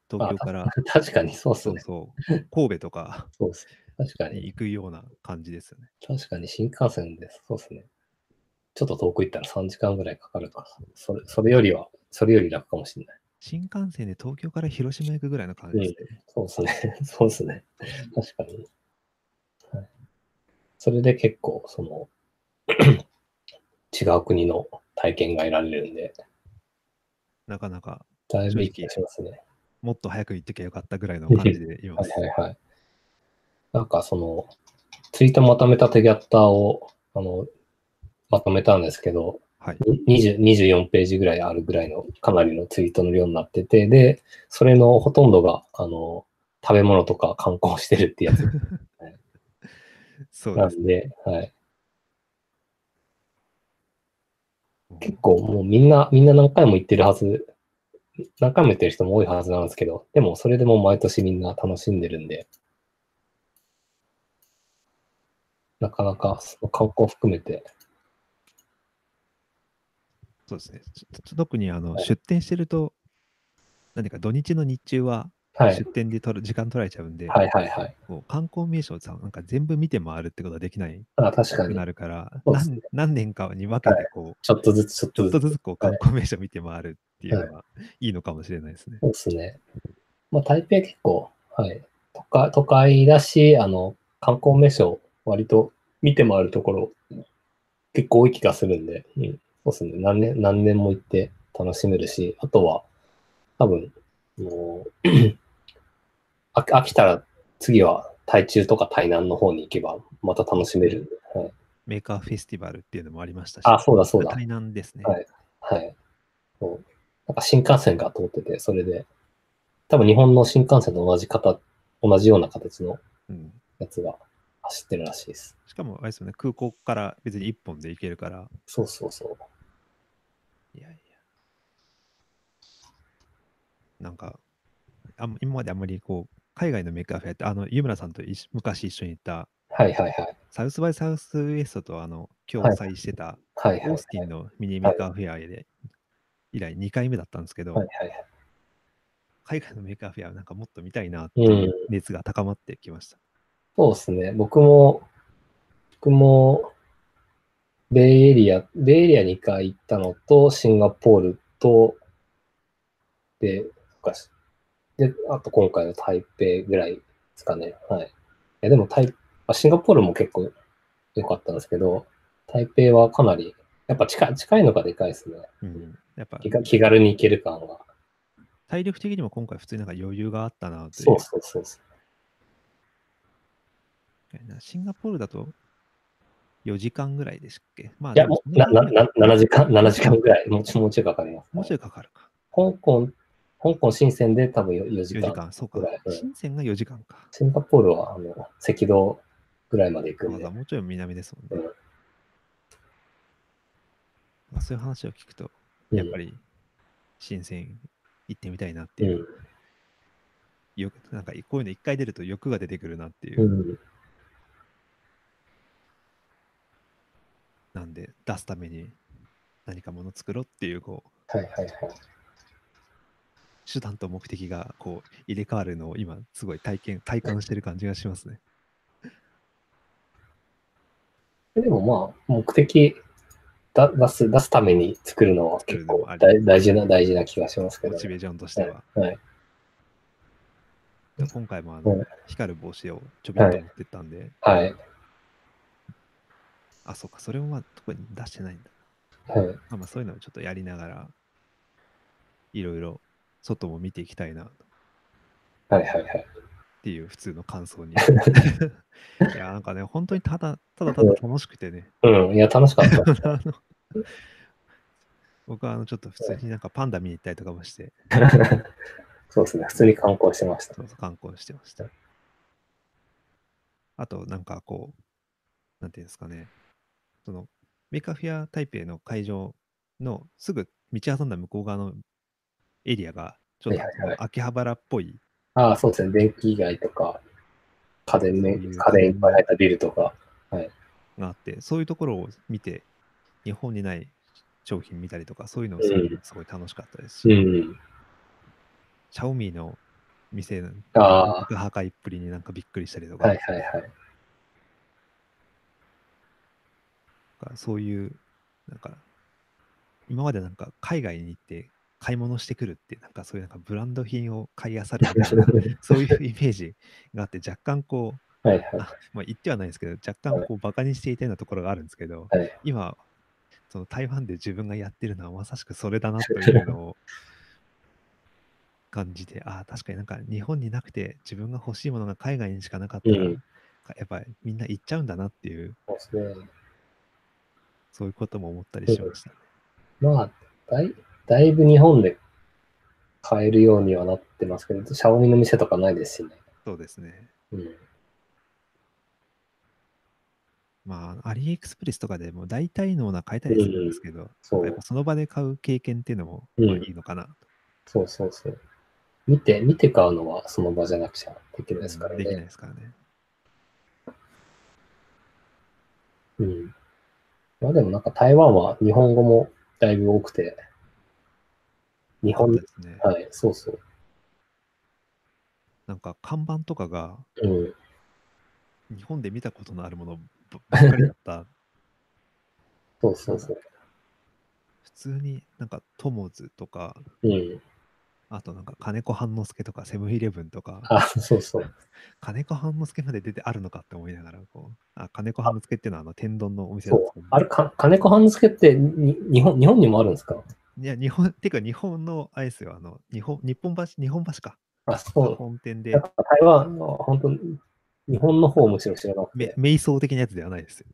Speaker 2: 東京から
Speaker 1: 確かにそうっす
Speaker 2: そう
Speaker 1: ね。
Speaker 2: そう、神戸とか
Speaker 1: そうっす。確か
Speaker 2: に
Speaker 1: に。
Speaker 2: 行くような感じですよね。
Speaker 1: 確かに新幹線です。そうっすね。ちょっと遠く行ったら3時間ぐらいかかるとか、それ、それよりは、それより楽かもしれない。
Speaker 2: 新幹線で東京から広島行くぐらいの感じですね。
Speaker 1: そうっすね。 そうっすね。確かに。はい、それで結構、その、 違う国の体験が得られるんで、
Speaker 2: なかなか
Speaker 1: だいぶいい気がしますね。
Speaker 2: もっと早く行ってきゃよかったぐらいの感じでいま
Speaker 1: はい
Speaker 2: す。
Speaker 1: はいはい。なんかその、ツイートまとめたテギャッターを、あの、まとめたんですけど、
Speaker 2: はい。
Speaker 1: 20 24ページぐらいあるぐらいのかなりのツイートの量になってて、で、それのほとんどが、あの、食べ物とか観光してるってやつ
Speaker 2: そう
Speaker 1: な
Speaker 2: です
Speaker 1: んで、はい。
Speaker 2: もう
Speaker 1: 結構もうみんな、みんな何回も行ってるはず、何回も行ってる人も多いはずなんですけど、でもそれでも毎年みんな楽しんでるんで、なかなかその観光含めて、
Speaker 2: そうですね。ちょちょ特にあの、
Speaker 1: はい
Speaker 2: 出店してると、何か土日の日中は
Speaker 1: は
Speaker 2: 出
Speaker 1: い。
Speaker 2: 店で取る、時間取られちゃうんで、
Speaker 1: はいはいはい。
Speaker 2: もう観光名所をさなんか全部見て回るってことはできない
Speaker 1: あ確か
Speaker 2: く
Speaker 1: に。
Speaker 2: なるから、
Speaker 1: そうですね
Speaker 2: 何何年かに分けてこう、
Speaker 1: ちょっとずつちょっ
Speaker 2: ちょ
Speaker 1: と
Speaker 2: っと
Speaker 1: ずつ。
Speaker 2: ずつこう
Speaker 1: は
Speaker 2: 観
Speaker 1: い
Speaker 2: 光名所見て回るっていうのがいいのかもしれないですね。
Speaker 1: そうですね。まあ台北結構、はい。都会都会だし、あの、観光名所、割と見て回るところ、結構多い気がするんで、うん。そうですね。何年、何年も行って楽しめるし、あとは、多分、もう、飽き飽きたら次は台中とか台南の方に行けば、また楽しめるんで。はい。
Speaker 2: メーカーフェスティバルっていうのもありましたし、
Speaker 1: あ、そうだそうだ。
Speaker 2: 台南ですね。
Speaker 1: はいはい。そう。なんか新幹線が通ってて、それで、多分日本の新幹線と同じ方、同じような形の
Speaker 2: うん、
Speaker 1: やつが走ってるらしいです。
Speaker 2: しかも、あれですよね、空港から別に一本で行けるから、
Speaker 1: そうそうそう。
Speaker 2: いやいや。なんか、あん今まであんまりこう、海外のメーカーフェアって、あの、湯村さんと一緒昔一緒に行った、
Speaker 1: はいはいはい。
Speaker 2: サウスバイサウスウエストとあの、共
Speaker 1: はい
Speaker 2: 催してた、
Speaker 1: はいはい
Speaker 2: オ
Speaker 1: は
Speaker 2: ー
Speaker 1: い
Speaker 2: ス。ティンのミニメーカーフェアで、以来2回目だったんですけど、
Speaker 1: はいはいはい。
Speaker 2: 海外のメーカーフェアはなんかもっと見たいなって
Speaker 1: う。
Speaker 2: いうん熱が高まってきました。
Speaker 1: そうですね。僕も、僕も、ベイエリア、ベイエリア2回行ったのと、シンガポールと、で、昔で、あと今回の台北ぐらいですかね。はい。いや、でも台、あシンガポールも結構良かったんですけど、台北はかなり、やっぱ近い、近いのがでかいですね。
Speaker 2: うん、やっぱ
Speaker 1: 気が気軽に行ける感が。
Speaker 2: 体力的にも今回普通になんか余裕があったなという
Speaker 1: そうそうそうそう。
Speaker 2: シンガポールだと4時間ぐらいでしたっけまあ
Speaker 1: いや、
Speaker 2: でも
Speaker 1: もうな、な、な、7時間、7時間ぐらい、もうちょもうちょいかかります。
Speaker 2: もうちょいかかるか。
Speaker 1: 香港、香港深センで多分よ4時
Speaker 2: 4時
Speaker 1: 間。
Speaker 2: 間、そうか
Speaker 1: ぐらい。うん
Speaker 2: 深センが4時間か。
Speaker 1: シンガポールはあの赤道ぐらいまで行くん
Speaker 2: ま
Speaker 1: で
Speaker 2: だ。もうちょい南ですもんね。まあ、そういう話を聞くと、やっぱ
Speaker 1: り。
Speaker 2: り深セン行ってみたいなって
Speaker 1: う
Speaker 2: いう、
Speaker 1: ん。
Speaker 2: よなんかこういうの一回出ると欲が出てくるなっていう、
Speaker 1: うん。
Speaker 2: なんで出すために何かもの作ろうっていうこう
Speaker 1: はいはいはい。
Speaker 2: 手段と目的がこう入れ替わるのを今すごい体験体感してる感じがしますね。
Speaker 1: でもまあ、目的、だ出す、出すために作るのは結構
Speaker 2: 作るのもあ
Speaker 1: 大大事な、大事な気がしますけ
Speaker 2: モ
Speaker 1: ど、
Speaker 2: チベーションとしては。
Speaker 1: はい。
Speaker 2: で今回もあの、
Speaker 1: うん
Speaker 2: 光る帽子をちょびっと持ってったんで、
Speaker 1: はい。
Speaker 2: あ、そうか、それもまあ特に出してないんだ。
Speaker 1: はい。
Speaker 2: まあ、まあそういうのをちょっとやりながら、いろいろ外も見ていきたいなっ
Speaker 1: はい。はい。はい。
Speaker 2: ていう普通の感想に。いや、なんかね、本当にただただただ楽しくてね、
Speaker 1: うん。いや、楽しかった。
Speaker 2: あの僕はあのちょっと普通になんかパンダ見に行ったりとかもして、
Speaker 1: そうですね。普通に観光してました
Speaker 2: そ。うそう観光してました。あと、なんかこう、なんていうんですかね、そのメーカーフェア台北の会場のすぐ道挟んだ向こう側のエリアが、ちょっと
Speaker 1: はいはいはい
Speaker 2: 秋葉原っぽい、
Speaker 1: ああ、そうですね。電気以外とか、家電ね、
Speaker 2: そういう
Speaker 1: 家電いっぱい入ったビルとか。
Speaker 2: があって、そういうところを見て、日本にない商品見たりとか、そういうのを
Speaker 1: うん
Speaker 2: するのすごい楽しかったですし、
Speaker 1: うん。
Speaker 2: シャオミの店の
Speaker 1: あ
Speaker 2: 破壊っぷりになんかびっくりしたりと
Speaker 1: あ、
Speaker 2: か、
Speaker 1: はいはい はい。
Speaker 2: なんかそういう、なんか、今までなんか海外に行って買い物してくるって、なんかそういうなんかブランド品を買い漁るみたいな、 そういうイメージがあって、若干こう、
Speaker 1: はいはい。
Speaker 2: あまあ、言ってはないですけど、若干こうバカにしていたようなところがあるんですけど、
Speaker 1: はい
Speaker 2: 今、その台湾で自分がやってるのはまさしくそれだなというのを感じて、ああ、確かになんか日本になくて自分が欲しいものが海外にしかなかったら、
Speaker 1: うん
Speaker 2: やっぱりみんな行っちゃうんだなっていう、
Speaker 1: そうですね。
Speaker 2: そういうことも思ったりしました。
Speaker 1: まあ、だいだいぶ日本で買えるようにはなってますけど、シャオミの店とかないですしね。
Speaker 2: そうですね。
Speaker 1: うん。
Speaker 2: まあ、アリエクスプレスとかでも大体のものは買えたりするんですけど、
Speaker 1: そ
Speaker 2: やっ
Speaker 1: う
Speaker 2: ぱ、その場で買う経験っていうのも
Speaker 1: うん
Speaker 2: まあいいのかなと。
Speaker 1: そうそうそう。見て、見て買うのはその場じゃなくちゃできないですから
Speaker 2: できない
Speaker 1: ね。
Speaker 2: ですからね。
Speaker 1: うん。まあでもなんか台湾は日本語もだいぶ多くて、日
Speaker 2: そう
Speaker 1: 本、
Speaker 2: ですね。
Speaker 1: はい、そうそう。
Speaker 2: なんか看板とかが
Speaker 1: うん。
Speaker 2: 日本で見たことのあるものばばっかりだ った。
Speaker 1: そうそうそう。
Speaker 2: 普通になんかトモズとか、
Speaker 1: うん。
Speaker 2: あとなんか金子半之助とかセブンイレブンとか、
Speaker 1: あ、そう そう。
Speaker 2: 金子半之助まで出てあるのかって思いながらこう、あ金子半之助っていうのはあの天丼のお店な
Speaker 1: そ
Speaker 2: んです
Speaker 1: う
Speaker 2: けど。
Speaker 1: あれ、か金子半助ってに日本、日本にもあるんですか
Speaker 2: いや、日本、っていうか日本の、あれですよ、あの、日本、日本橋、日本橋か。
Speaker 1: あ、そう。
Speaker 2: 本店
Speaker 1: や
Speaker 2: で
Speaker 1: っ、ぱ台湾は本当に日本の方をむしろ知らなく
Speaker 2: め
Speaker 1: て、
Speaker 2: 瞑想的なやつではないですよ。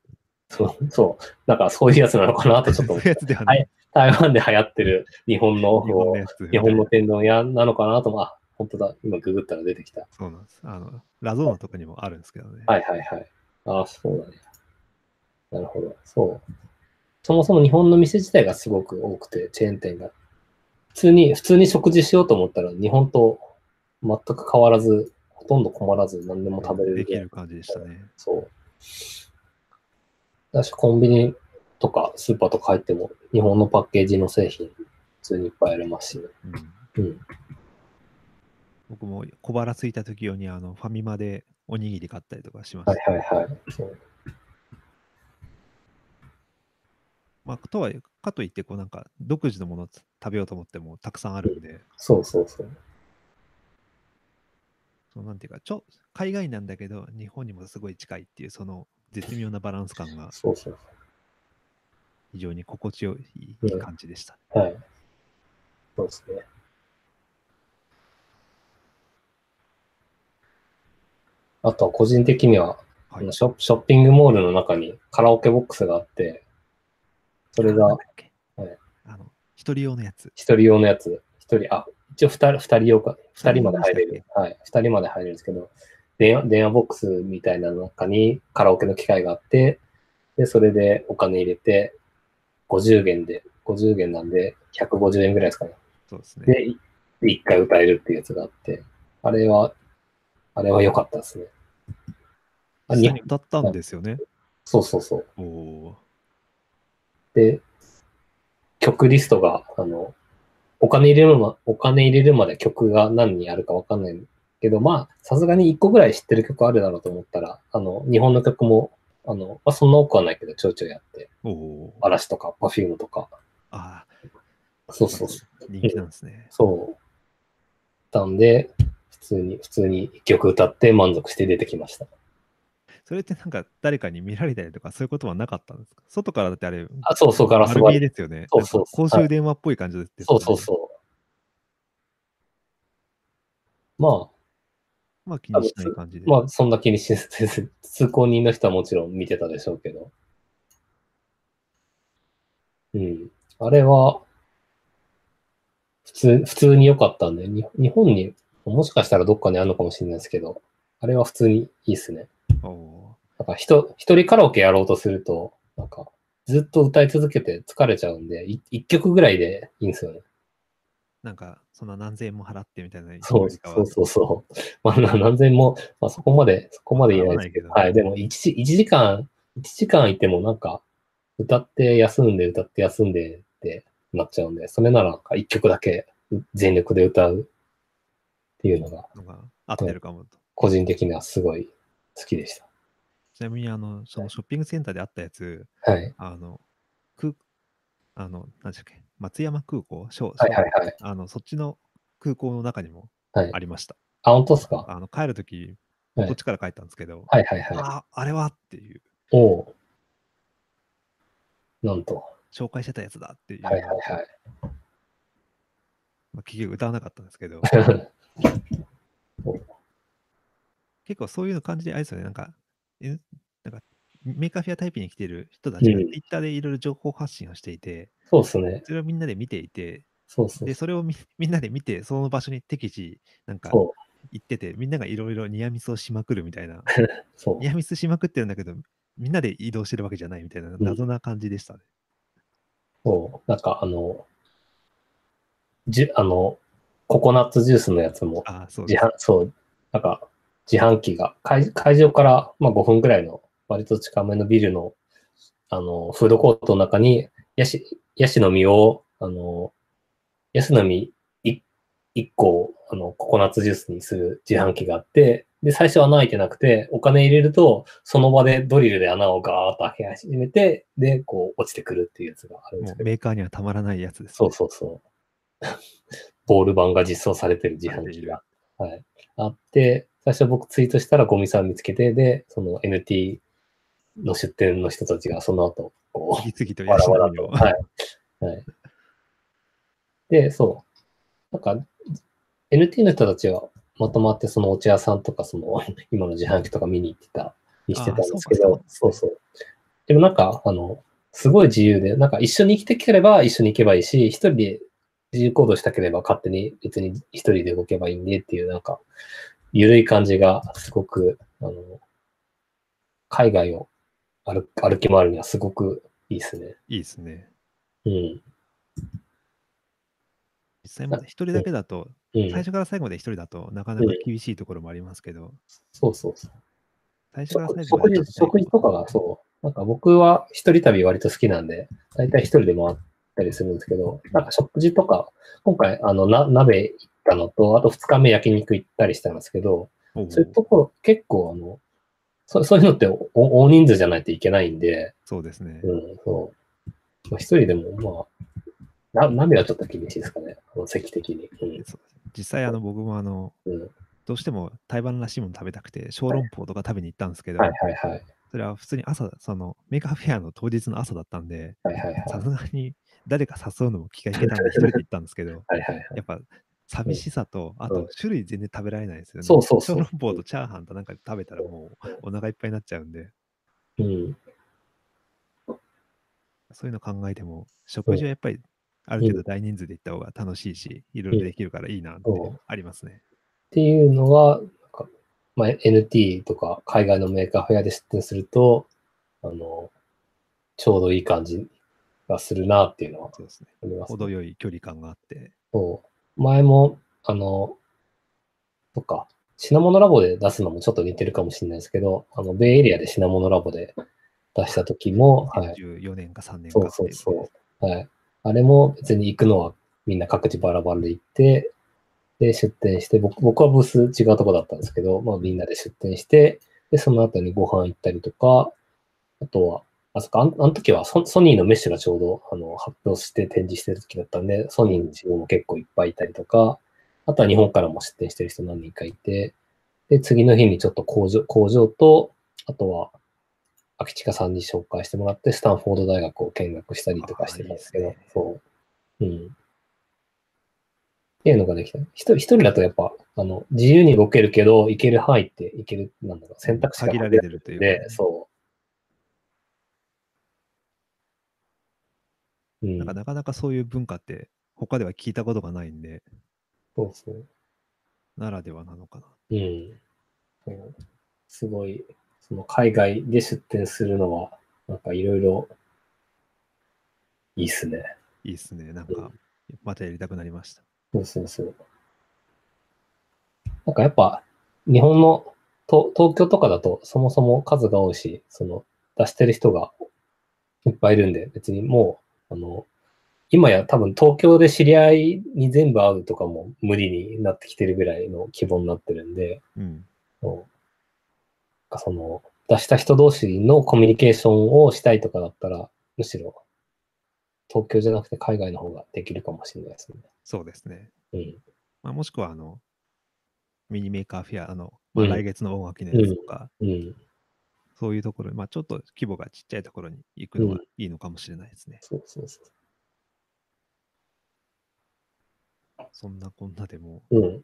Speaker 1: そう、そう、なんかそういうやつなのかなとち
Speaker 2: そ
Speaker 1: ょっと
Speaker 2: うい
Speaker 1: 思っ
Speaker 2: うや
Speaker 1: て、
Speaker 2: つではない。
Speaker 1: 台湾で流行ってる日本の
Speaker 2: 日本のやつ。
Speaker 1: 日本の天丼屋なのかなとも、あ、本当だ、今ググったら出てきた。
Speaker 2: そうなんです。あの、ラゾーナとかにもあるんですけどね。
Speaker 1: はいはいはい。あ、そうだね。なるほど、そう。そもそも日本の店自体がすごく多くて、チェーン店が。普通に、普通に食事しようと思ったら、日本と全く変わらず、ほとんど困らず何でも食べれる
Speaker 2: で
Speaker 1: ぐ
Speaker 2: き
Speaker 1: らい
Speaker 2: る感じでしたね。
Speaker 1: そう。だし、コンビニとかスーパーとか入っても、日本のパッケージの製品、普通にいっぱいありますしね。
Speaker 2: うん、
Speaker 1: うん。
Speaker 2: 僕も小腹空いた時用にあのファミマでおにぎり買ったりとかしました。
Speaker 1: はいはいはい。そう
Speaker 2: まあ、とはかといって、こうなんか独自のものを食べようと思ってもたくさんあるんで、
Speaker 1: そうそうそう。
Speaker 2: そのなんていうかちょ、海外なんだけど、日本にもすごい近いっていう、その絶妙なバランス感が
Speaker 1: そうそう
Speaker 2: 非常に心地よい
Speaker 1: うん
Speaker 2: いい感じでした。
Speaker 1: そう。はい。そうですね。あとは個人的には、
Speaker 2: はい
Speaker 1: あのショショッピングモールの中にカラオケボックスがあって、それ
Speaker 2: な
Speaker 1: が
Speaker 2: んだっけ
Speaker 1: はい
Speaker 2: あの、一人用のやつ。
Speaker 1: 一人用のやつ、一人、あ、一応二人、二人用か、二人まで入れ
Speaker 2: 二人用で
Speaker 1: る。はい、二人まで入れるんですけど、電話、電話ボックスみたいなの中にカラオケの機械があって、で、それでお金入れて、50元で、50元なんで、150円ぐらいですかね。
Speaker 2: そうですね。
Speaker 1: で、いで一回歌えるっていうやつがあって、あれは、あれは良かったですね。あ
Speaker 2: 実
Speaker 1: 日
Speaker 2: 際
Speaker 1: 本
Speaker 2: に歌ったんですよね。
Speaker 1: そうそうそう。
Speaker 2: おお
Speaker 1: で、曲リストが、あの、お金入れるま、お金入れるまで曲が何にあるかわかんないけど、まあ、さすがに1個ぐらい知ってる曲あるだろうと思ったら、あの、日本の曲もあの、まあ、そんな多くはないけど、ちょいちょいやって、
Speaker 2: おおー。
Speaker 1: 嵐とか、パフュームとか、
Speaker 2: ああ、
Speaker 1: そうそうそう。
Speaker 2: 人気なんですね。
Speaker 1: そう。たんで、普通に、普通に一曲歌って満足して出てきました。
Speaker 2: それってなんか誰かに見られたりとかそういうことはなかったんですか外からだってあれ、
Speaker 1: あ、そうそう、ガラス
Speaker 2: 丸見え
Speaker 1: 割り。
Speaker 2: ですよね。
Speaker 1: そうそうそう
Speaker 2: なんか公衆電話っぽい感じです、ね
Speaker 1: そうそうそう。ま
Speaker 2: う。まあ気にしない感じで。
Speaker 1: あ、まあ、そんな気にしず、通行人の人はもちろん見てたでしょうけど。うん。あれは、普通、普通に良かったんで、に日本に、もしかしたらどっかにあるのかもしれないですけど、あれは普通にいいっすね。
Speaker 2: おお
Speaker 1: なんか人、一人カラオケやろうとすると、なんか、ずっと歌い続けて疲れちゃうんで、い一曲ぐらいでいいんですよね。
Speaker 2: ー。なんか、そんな何千円も払ってみたいな。
Speaker 1: そうそうそうそう。まあ、な何千も、まあ、そこまで、そこまで言えないですけど、
Speaker 2: 合わ
Speaker 1: は
Speaker 2: ない
Speaker 1: い。でも一時、1時間、一時間いてもなんか、歌って休んで、歌って休んでってなっちゃうんで、それならなんか一曲だけ全力で歌うっていうのが、
Speaker 2: のが合ってるかもと。
Speaker 1: 個人的にはすごい好きでし
Speaker 2: ちなみに、あの、そのショッピングセンターであったやつ、
Speaker 1: た。はい。
Speaker 2: あの、く、あの、何でしたっけ、松山空港、小
Speaker 1: はいはいはい。
Speaker 2: あの、そっちの空港の中にも
Speaker 1: はい
Speaker 2: ありました。
Speaker 1: あ、本当ですか
Speaker 2: あの、帰るとき、
Speaker 1: は
Speaker 2: こ
Speaker 1: い
Speaker 2: っちから帰ったんですけど、
Speaker 1: はいはいはい。
Speaker 2: ああ、あれはっていう、
Speaker 1: おおう。なんと。
Speaker 2: 紹介してたやつだっていう、
Speaker 1: はいは
Speaker 2: まあ、結局歌わなかったんですけ
Speaker 1: い
Speaker 2: ど、
Speaker 1: はい。
Speaker 2: 結構そういうの感じであれですよね、なんか、えなんかメーカーフェアタイプに来てる人たちが
Speaker 1: う
Speaker 2: Twitter
Speaker 1: ん
Speaker 2: でいろいろ情報発信をしていて、
Speaker 1: そうですね。
Speaker 2: それをみんなで見ていて、
Speaker 1: そうそう
Speaker 2: で、。それをみみんなで見て、その場所に適時、なんか
Speaker 1: そう。
Speaker 2: 行ってて、みんながいろいろニアミスをしまくるみたいな、
Speaker 1: そう
Speaker 2: ニ。アミスしまくってるんだけど、みんなで移動してるわけじゃないみたいな謎な感じでしたね。
Speaker 1: そう。なんかあの、じゅ、あの、ココナッツジュースのやつも、
Speaker 2: ああ、そう
Speaker 1: 自
Speaker 2: です。
Speaker 1: 販、そう、なんか、自販機が、会会場から、まあ、5分くらいの、割と近めのビルの、あの、フードコートの中に、ヤシ、ヤシの実を、あの、ヤシの実い1個を、あの、ココナッツジュースにする自販機があって、で、最初穴開いてなくて、お金入れると、その場でドリルで穴をガーッと開け始めて、で、こう、落ちてくるっていうやつがあるんで
Speaker 2: も
Speaker 1: す
Speaker 2: う
Speaker 1: けど、
Speaker 2: メーカーにはたまらないやつです、
Speaker 1: そ
Speaker 2: ね
Speaker 1: う。そうそう。ボール版が実装されてる自販機が。はい。あって、最初僕ツイートしたらゴミさん見つけて、で、その NT の出店の人たちがその後、こ
Speaker 2: 次々と
Speaker 1: う、わ
Speaker 2: ヤ
Speaker 1: ら
Speaker 2: シ
Speaker 1: わ
Speaker 2: の
Speaker 1: ら
Speaker 2: 実
Speaker 1: と。
Speaker 2: を。
Speaker 1: はい。はい。で、そう。なんか、NT の人たちはまとまってそのお茶屋さんとか、その 今の自販機とか見に行ってた、にしてたんですけ
Speaker 2: あーそう
Speaker 1: ど
Speaker 2: か、そ
Speaker 1: そううそう。でもなんか、あの、すごい自由で、なんか一緒に生きてければ一緒に行けばいいし、一人で自由行動したければ勝手に別に一人で動けばいいんでっていう、なんか、ゆるい感じがすごく、あの、海外を歩く歩き回るにはすごくいいですね。
Speaker 2: いいですね。
Speaker 1: うん。
Speaker 2: 実際まだ一人だけだと、
Speaker 1: うん
Speaker 2: 最。初から最後まで一人だとなかなか厳しいところもありますけど、
Speaker 1: そうそうそう。
Speaker 2: 最初から
Speaker 1: 食
Speaker 2: 最後ま
Speaker 1: 食
Speaker 2: で
Speaker 1: 事食事とかがそう。なんか僕は一人旅割と好きなんで、大体一人で回ったりするんですけど、なんか食事とか、今回あのな鍋行ったのと、あと二日目焼肉行ったりしたんですけど、
Speaker 2: おう
Speaker 1: そういうところ結構あの、そそういうのっておお大人数じゃないといけないんで、
Speaker 2: そうですね。
Speaker 1: うん、そう。まあ、一人でもまあ、な鍋はちょっと厳しいですかね、あの席的に。
Speaker 2: そう実際あの僕もあの、
Speaker 1: うん。うん、
Speaker 2: どうしても台湾らしいもの食べたくて、小籠包とか食べに行ったんですけど、
Speaker 1: はいはいはい。
Speaker 2: それは普通に朝、そのメーカーフェアの当日の朝だったんで、
Speaker 1: はいはいは
Speaker 2: さ
Speaker 1: い。
Speaker 2: すがに誰か誘うのも気が引けた んで、一人で行ったんですけど、
Speaker 1: はいはいはい。
Speaker 2: やっぱ寂しさと、あ
Speaker 1: うん
Speaker 2: と種類全然食べられないですよね。
Speaker 1: そうそうそう
Speaker 2: 小籠包とチャーハンとなんか食べたらもうお腹いっぱいになっちゃうんで、
Speaker 1: うん。
Speaker 2: そういうの考えても、食事はやっぱりある程度大人数で行った方が楽しいし、いろいろできるからいいなって
Speaker 1: うん
Speaker 2: ありますね。
Speaker 1: っていうのは、なんかまあ、NT とか海外のメーカーフェアで出店すると、あの、ちょうどいい感じがするなっていうのは
Speaker 2: そうですね。
Speaker 1: 思います、
Speaker 2: 程よい距離感があって。
Speaker 1: そう前も、あの、とか、品物ラボで出すのもちょっと似てるかもしれないですけど、あの、ベイエリアで品物ラボで出した時も、はい。
Speaker 2: 14年か3年か
Speaker 1: そ
Speaker 2: っていう
Speaker 1: そうそう。はい。あれも別に行くのはみんな各自バラバラで行って、で、出店して、僕僕はブース違うとこだったんですけど、まあみんなで出店して、で、その後にご飯行ったりとか、あとは、あ、そっか、あんあの時はソソニーのメッシュがちょうどあの発表して展示してる時だったんで、ソニーの自分も結構いっぱいいたりとか、あとは日本からも出展してる人何人かいて、で、次の日にちょっと工場、工場と、あとは、秋近さんに紹介してもらって、スタンフォード大学を見学したりとかしてたんですけど、
Speaker 2: あーいいで
Speaker 1: そう。うん。っていうのができた。一人一人だとやっぱ、あの、自由に動けるけど、行ける範囲って行ける、なんだろう、選択肢が
Speaker 2: 限られてるというかね、
Speaker 1: で、そう。うん
Speaker 2: なんか、なかなかそういう文化って他では聞いたことがないんで、
Speaker 1: そうそう。
Speaker 2: ならではなのかな。
Speaker 1: うん。そうすごい、その海外で出店するのは、なんかいろいろ、いいっすね。
Speaker 2: いいっすね。なん
Speaker 1: う
Speaker 2: か、またやりたくなりました。
Speaker 1: そうそうそう。なんかやっぱ、日本のと東京とかだと、そもそも数が多いし、その、出してる人がいっぱいいるんで、別にもう、あの、今や多分東京で知り合いに全部会うとかも無理になってきてるぐらいの規模になってるんで、
Speaker 2: うん。
Speaker 1: そうなんかその、出した人同士のコミュニケーションをしたいとかだったら、むしろ、東京じゃなくて海外の方ができるかもしれないですね。
Speaker 2: そうですね。
Speaker 1: うん。
Speaker 2: まあ、もしくは、あの、ミニメーカーフェア、あの、まあ、
Speaker 1: うん
Speaker 2: 来月の音楽記念とか、
Speaker 1: うん。
Speaker 2: そういうところ、まあ、ちょっと規模がちっちゃいところに行くのがいいのかもしれないですね。
Speaker 1: そうそうそ
Speaker 2: そんなこんなでも
Speaker 1: う。うん。
Speaker 2: う、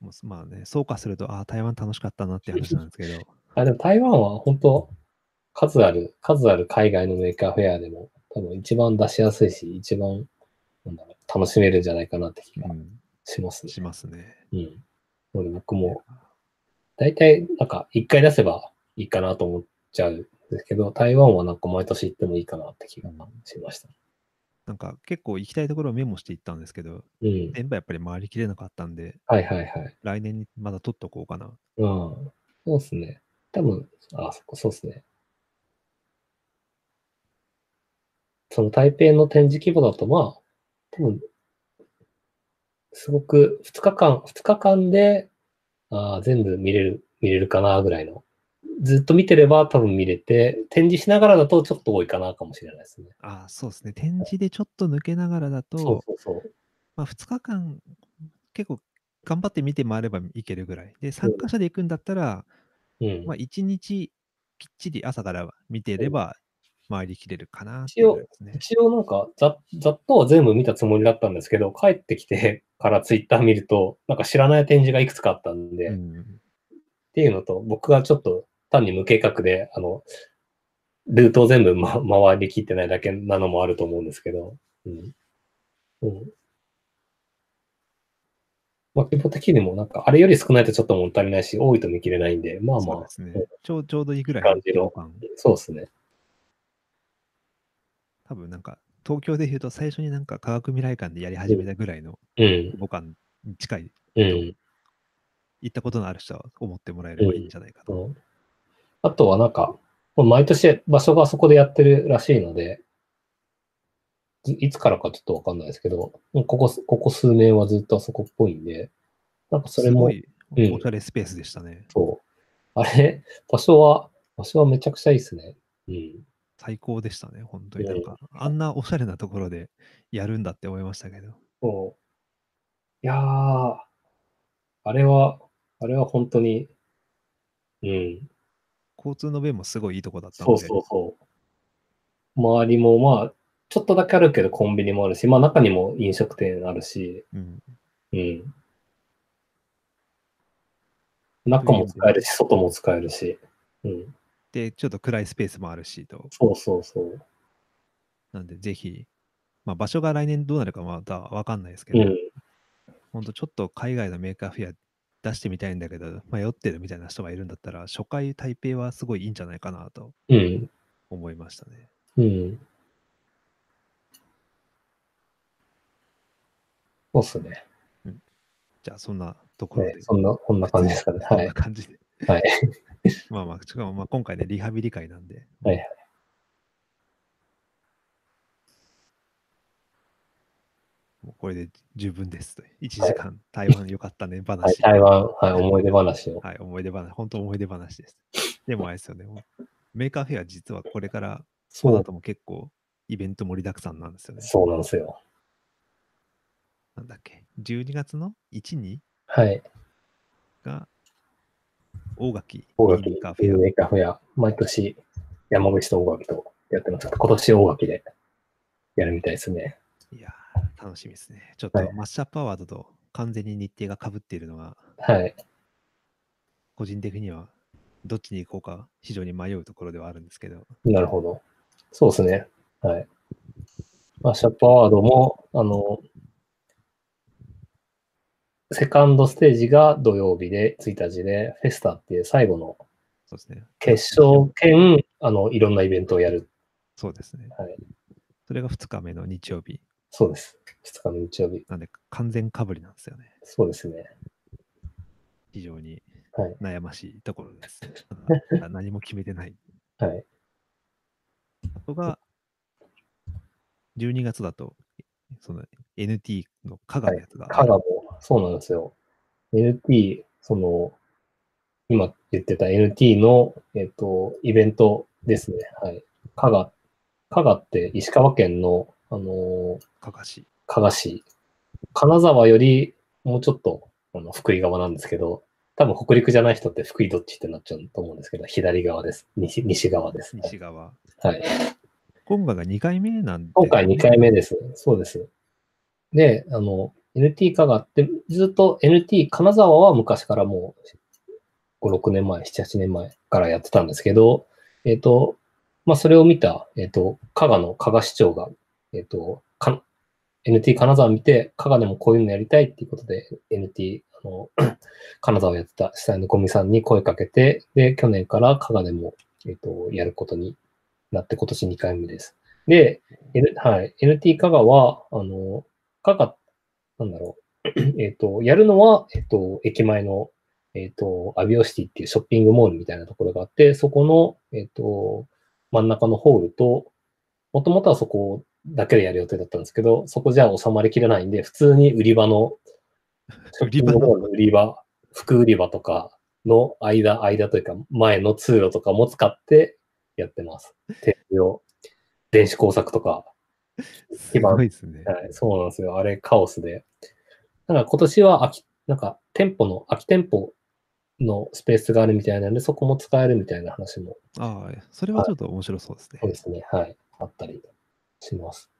Speaker 2: もうまあね、そうかすると、ああ、台湾楽しかったなって話なんですけ ど、
Speaker 1: あ、でも台湾は本当、数ある、数ある海外のメーカーフェアでも、多分一番出しやすいし、一番、なんだろう、楽しめるんじゃないかなって気が
Speaker 2: う
Speaker 1: します
Speaker 2: ん、
Speaker 1: ね。
Speaker 2: しますね。
Speaker 1: うん。俺僕も、大体、なんか、一回出せばいいかなと思っちゃうんですけど、台湾はなんか毎年行ってもいいかなって気がしました。
Speaker 2: なんか結構行きたいところをメモしていったんですけど、
Speaker 1: うん。
Speaker 2: 全部やっぱり回りきれなかったんで、
Speaker 1: はいはいはい。
Speaker 2: 来年にまだ取っとこうかな。
Speaker 1: うん。そうですね。多分、あ、そこ、そうですね。その台北の展示規模だと、まあ、多分、すごく2日間、2日間で、あー全部見れる、見れるかな、ぐらいの。ずっと見てれば多分見れて、展示しながらだとちょっと多いかな、かもしれないですね。
Speaker 2: ああ、そうですね。展示でちょっと抜けながらだと、
Speaker 1: そうそうそう。
Speaker 2: まあ、2日間、結構頑張って見て回ればいけるぐらい。で、参加者で行くんだったら、
Speaker 1: うん。
Speaker 2: まあ、1日きっちり朝から見てれば回りきれるかなっ
Speaker 1: 一
Speaker 2: ていう
Speaker 1: 応
Speaker 2: ぐらいですね。
Speaker 1: 一応なんかざ、ざっとは全部見たつもりだったんですけど、帰ってきて からツイッター見ると、なんか知らない展示がいくつかあったんで、
Speaker 2: う
Speaker 1: っ
Speaker 2: ん、
Speaker 1: ていうのと、僕がちょっと単に無計画で、あの、ルートを全部、ま、回りきってないだけなのもあると思うんですけど、うん。うん。まあ、規模的にもなんか、あれより少ないとちょっと物足りないし、多いと見切れないんで、まあ
Speaker 2: そう
Speaker 1: ま
Speaker 2: ですね
Speaker 1: そう
Speaker 2: ちょう。ちょうどいいぐらい
Speaker 1: 感じの
Speaker 2: 規模感
Speaker 1: あ、そうですね。
Speaker 2: 多分なんか、東京で言うと最初になんか科学未来館でやり始めたぐらいの
Speaker 1: うん
Speaker 2: 規。模感に近い、
Speaker 1: うん。
Speaker 2: 行ったことのある人は思ってもらえればいいんじゃないかと。
Speaker 1: うんあとはなんか、もう毎年場所がそこでやってるらしいので、いいつからかちょっとわかんないですけど、もうここ、ここ数年はずっとあそこっぽいんで、なんかそれ
Speaker 2: す
Speaker 1: も
Speaker 2: ご、い
Speaker 1: うん
Speaker 2: おしゃれスペースでしたね。
Speaker 1: そう。あれ、場所は、場所はめちゃくちゃいいですね。うん。
Speaker 2: 最高でしたね、本当に。
Speaker 1: う
Speaker 2: なんんか、あんなおしゃれなところでやるんだって思いましたけど。
Speaker 1: そう。いやー、あれは、あれは本当に、うん、
Speaker 2: 交通の便もすごいいいとこだった
Speaker 1: そ
Speaker 2: の
Speaker 1: う
Speaker 2: で、
Speaker 1: そうそう。周りもまあ、ちょっとだけあるけどコンビニもあるし、まあ中にも飲食店あるし、
Speaker 2: うん、
Speaker 1: うん。中も使えるし、外も使えるし。うん。
Speaker 2: で、ちょっと暗いスペースもあるしと。
Speaker 1: そうそうそう。
Speaker 2: なんで、ぜひ、まあ、場所が来年どうなるかまだわかんないですけ
Speaker 1: う
Speaker 2: ど、
Speaker 1: ん。
Speaker 2: ほんとちょっと海外のメーカーフェア出してみたいんだけど、迷ってるみたいな人がいるんだったら、初回台北はすごいいいんじゃないかなと
Speaker 1: うん。
Speaker 2: 思いましたね。
Speaker 1: うん。そうっすね。
Speaker 2: じゃあ、そんなところ
Speaker 1: ね
Speaker 2: で。
Speaker 1: そんな、こんな感じですかね。
Speaker 2: そん
Speaker 1: はい
Speaker 2: な。感じで。
Speaker 1: はい。
Speaker 2: まあまあ、しかもまあ今回ね、リハビリ会なんで。
Speaker 1: はいはい
Speaker 2: もうこれで十分ですと。1時間、台湾良かったね、話。
Speaker 1: はい、台湾、はい、思い出話を。
Speaker 2: はい、思い出話、本当思い出話です。でもあれですよね。メーカーフェア実はこれから、こ
Speaker 1: そ
Speaker 2: の
Speaker 1: う
Speaker 2: 後も結構イベント盛りだくさんなんですよね。
Speaker 1: そうなんですよ。
Speaker 2: なんだっけ。12月の1、2
Speaker 1: はい。
Speaker 2: が大垣
Speaker 1: 大
Speaker 2: メ
Speaker 1: 垣
Speaker 2: ーカーフ
Speaker 1: ビール
Speaker 2: ェア。
Speaker 1: メーカーフェア、毎年山口と大垣とやってます。今年大垣でやるみたいですね。
Speaker 2: いやー、楽しみですね。ちょっと
Speaker 1: はい
Speaker 2: マッシュアップアワードと完全に日程がかぶっているのが、
Speaker 1: はい。
Speaker 2: 個人的にはどっちに行こうか非常に迷うところではあるんですけど、
Speaker 1: なるほど。そうですね。はい。まあ、シャープアワードも、あの、セカンドステージが土曜日で、1日で、フェスタっていう最後の
Speaker 2: そうですね。
Speaker 1: 決勝兼、あの、いろんなイベントをやる。
Speaker 2: そうですね。
Speaker 1: はい
Speaker 2: それが2日目の日曜日。
Speaker 1: そうです。2日の日曜日。
Speaker 2: なんで完全かぶりなんですよね。
Speaker 1: そうですね。
Speaker 2: 非常に
Speaker 1: はい
Speaker 2: 悩ましいとこ ろです。まだ何も決めてない。
Speaker 1: はい。
Speaker 2: あとが、12月だと、その NT の加賀のやつが、
Speaker 1: カガも、そうなんですよ。NT、その、今言ってた NT の、えっと、イベントですね。はい。加賀、加賀って石川県の、あのー
Speaker 2: 加賀市。
Speaker 1: 加賀市。金沢よりもうちょっと、あの、福井側なんですけど、多分北陸じゃない人って福井どっちってなっちゃうと思うんですけど、左側です。西、西側です、ね。
Speaker 2: 西側。
Speaker 1: はい。
Speaker 2: 今回が2回目なんで、
Speaker 1: 今回2回目です。そうです。で、あの、NT 加賀って、ずっと NT 金沢は昔からもう、5、6年前、7、8年前からやってたんですけど、えっ、と、まあ、それを見た、えっ、と、加賀の加賀市長が、えっ、と、か NT 金沢見て、加賀でもこういうのやりたいっていうことで、NT、あの、 金沢をやってた主催のゴミさんに声かけて、で、去年から加賀でも、えっ、と、やることになって、今年2回目です。で、N はい、NT 加賀は、あの、加賀、なんだろう、 えっと、やるのは、えっと、駅前の、えっと、アビオシティっていうショッピングモールみたいなところがあって、そこの、えっと、真ん中のホールと、もともとはそこだけでやる予定だったんですけど、そこじゃ収まりきれないんで、普通に売り場の、
Speaker 2: 売り場
Speaker 1: ショッピング
Speaker 2: の
Speaker 1: モールの売り場、服売り場とかの間、間というか、前の通路とかも使ってやってます。手を、電子工作とか、
Speaker 2: すごいですね。
Speaker 1: はい、そうなんですよ。あれ、カオスで。なんか今年は空き、なんか店舗の、空き店舗のスペースがあるみたいなんで、そこも使えるみたいな話も、
Speaker 2: ああ、それはちょっと面白そうですね。
Speaker 1: そうですね、はい、あったりします。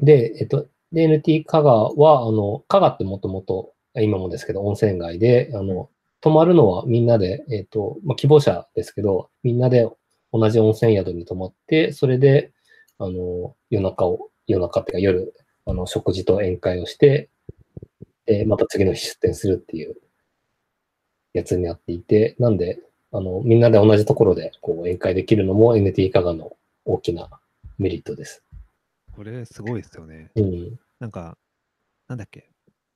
Speaker 1: で、えっと、で NT 加賀は、あの、加賀ってもともと、あ今もですけど、温泉街で、あの、泊まるのはみんなで、えっと、まあ、希望者ですけど、みんなで同じ温泉宿に泊まって、それで、あの、夜中を、夜中っていうか夜、あの、食事と宴会をして、で、また次の日出店するっていうやつになっていて、なんで、あの、みんなで同じところで、こう、宴会できるのも NT 加賀の大きなメリットです。
Speaker 2: これすごいですよね。
Speaker 1: うん。
Speaker 2: なんか、なんだっけ。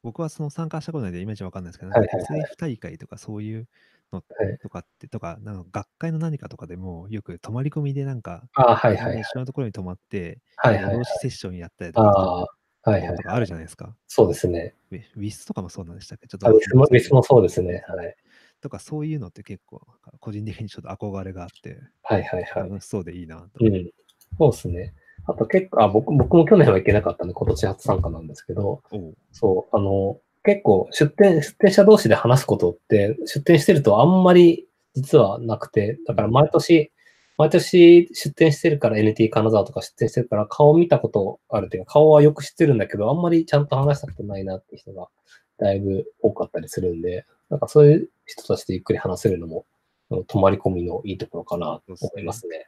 Speaker 2: 僕はその参加したことないんでイメージわかんないですけど、
Speaker 1: はいはい
Speaker 2: なんか
Speaker 1: はい
Speaker 2: SF 大会とかそういうの
Speaker 1: はい
Speaker 2: とかって、とか、なんか学会の何かとかでも、よく泊まり込みでなんか、
Speaker 1: ああ、はいはい。
Speaker 2: 一緒のところに泊まって、
Speaker 1: はいはい。
Speaker 2: 同士セッションやったりと
Speaker 1: あ
Speaker 2: か、
Speaker 1: あ、はいはい
Speaker 2: と。かあるじゃないですか。
Speaker 1: そうですね。
Speaker 2: ウィウィスとかもそうなんでしたっけちょっと
Speaker 1: あ
Speaker 2: 忘
Speaker 1: ウィ
Speaker 2: れまし
Speaker 1: ス
Speaker 2: た
Speaker 1: も
Speaker 2: けど
Speaker 1: ウィスもそうですね。はい。
Speaker 2: とか、そういうのって結構、なんか個人的にちょっと憧れがあって、
Speaker 1: はいはいはい。
Speaker 2: 楽しそうでいいなと。
Speaker 1: うん。そうですね。あと結構、あ僕僕も去年は行けなかったんで、今年初参加なんですけど、
Speaker 2: おう
Speaker 1: そう、あの、結構出店、出店者同士で話すことって、出店してるとあんまり実はなくて、だから毎年、毎年出店してるから NT 金沢とか出店してるから顔見たことあるっていうか、顔はよく知ってるんだけど、あんまりちゃんと話したことないなって人がだいぶ多かったりするんで、なんかそういう人たちとゆっくり話せるのも、あの泊まり込みのいいところかなと思いますね。うん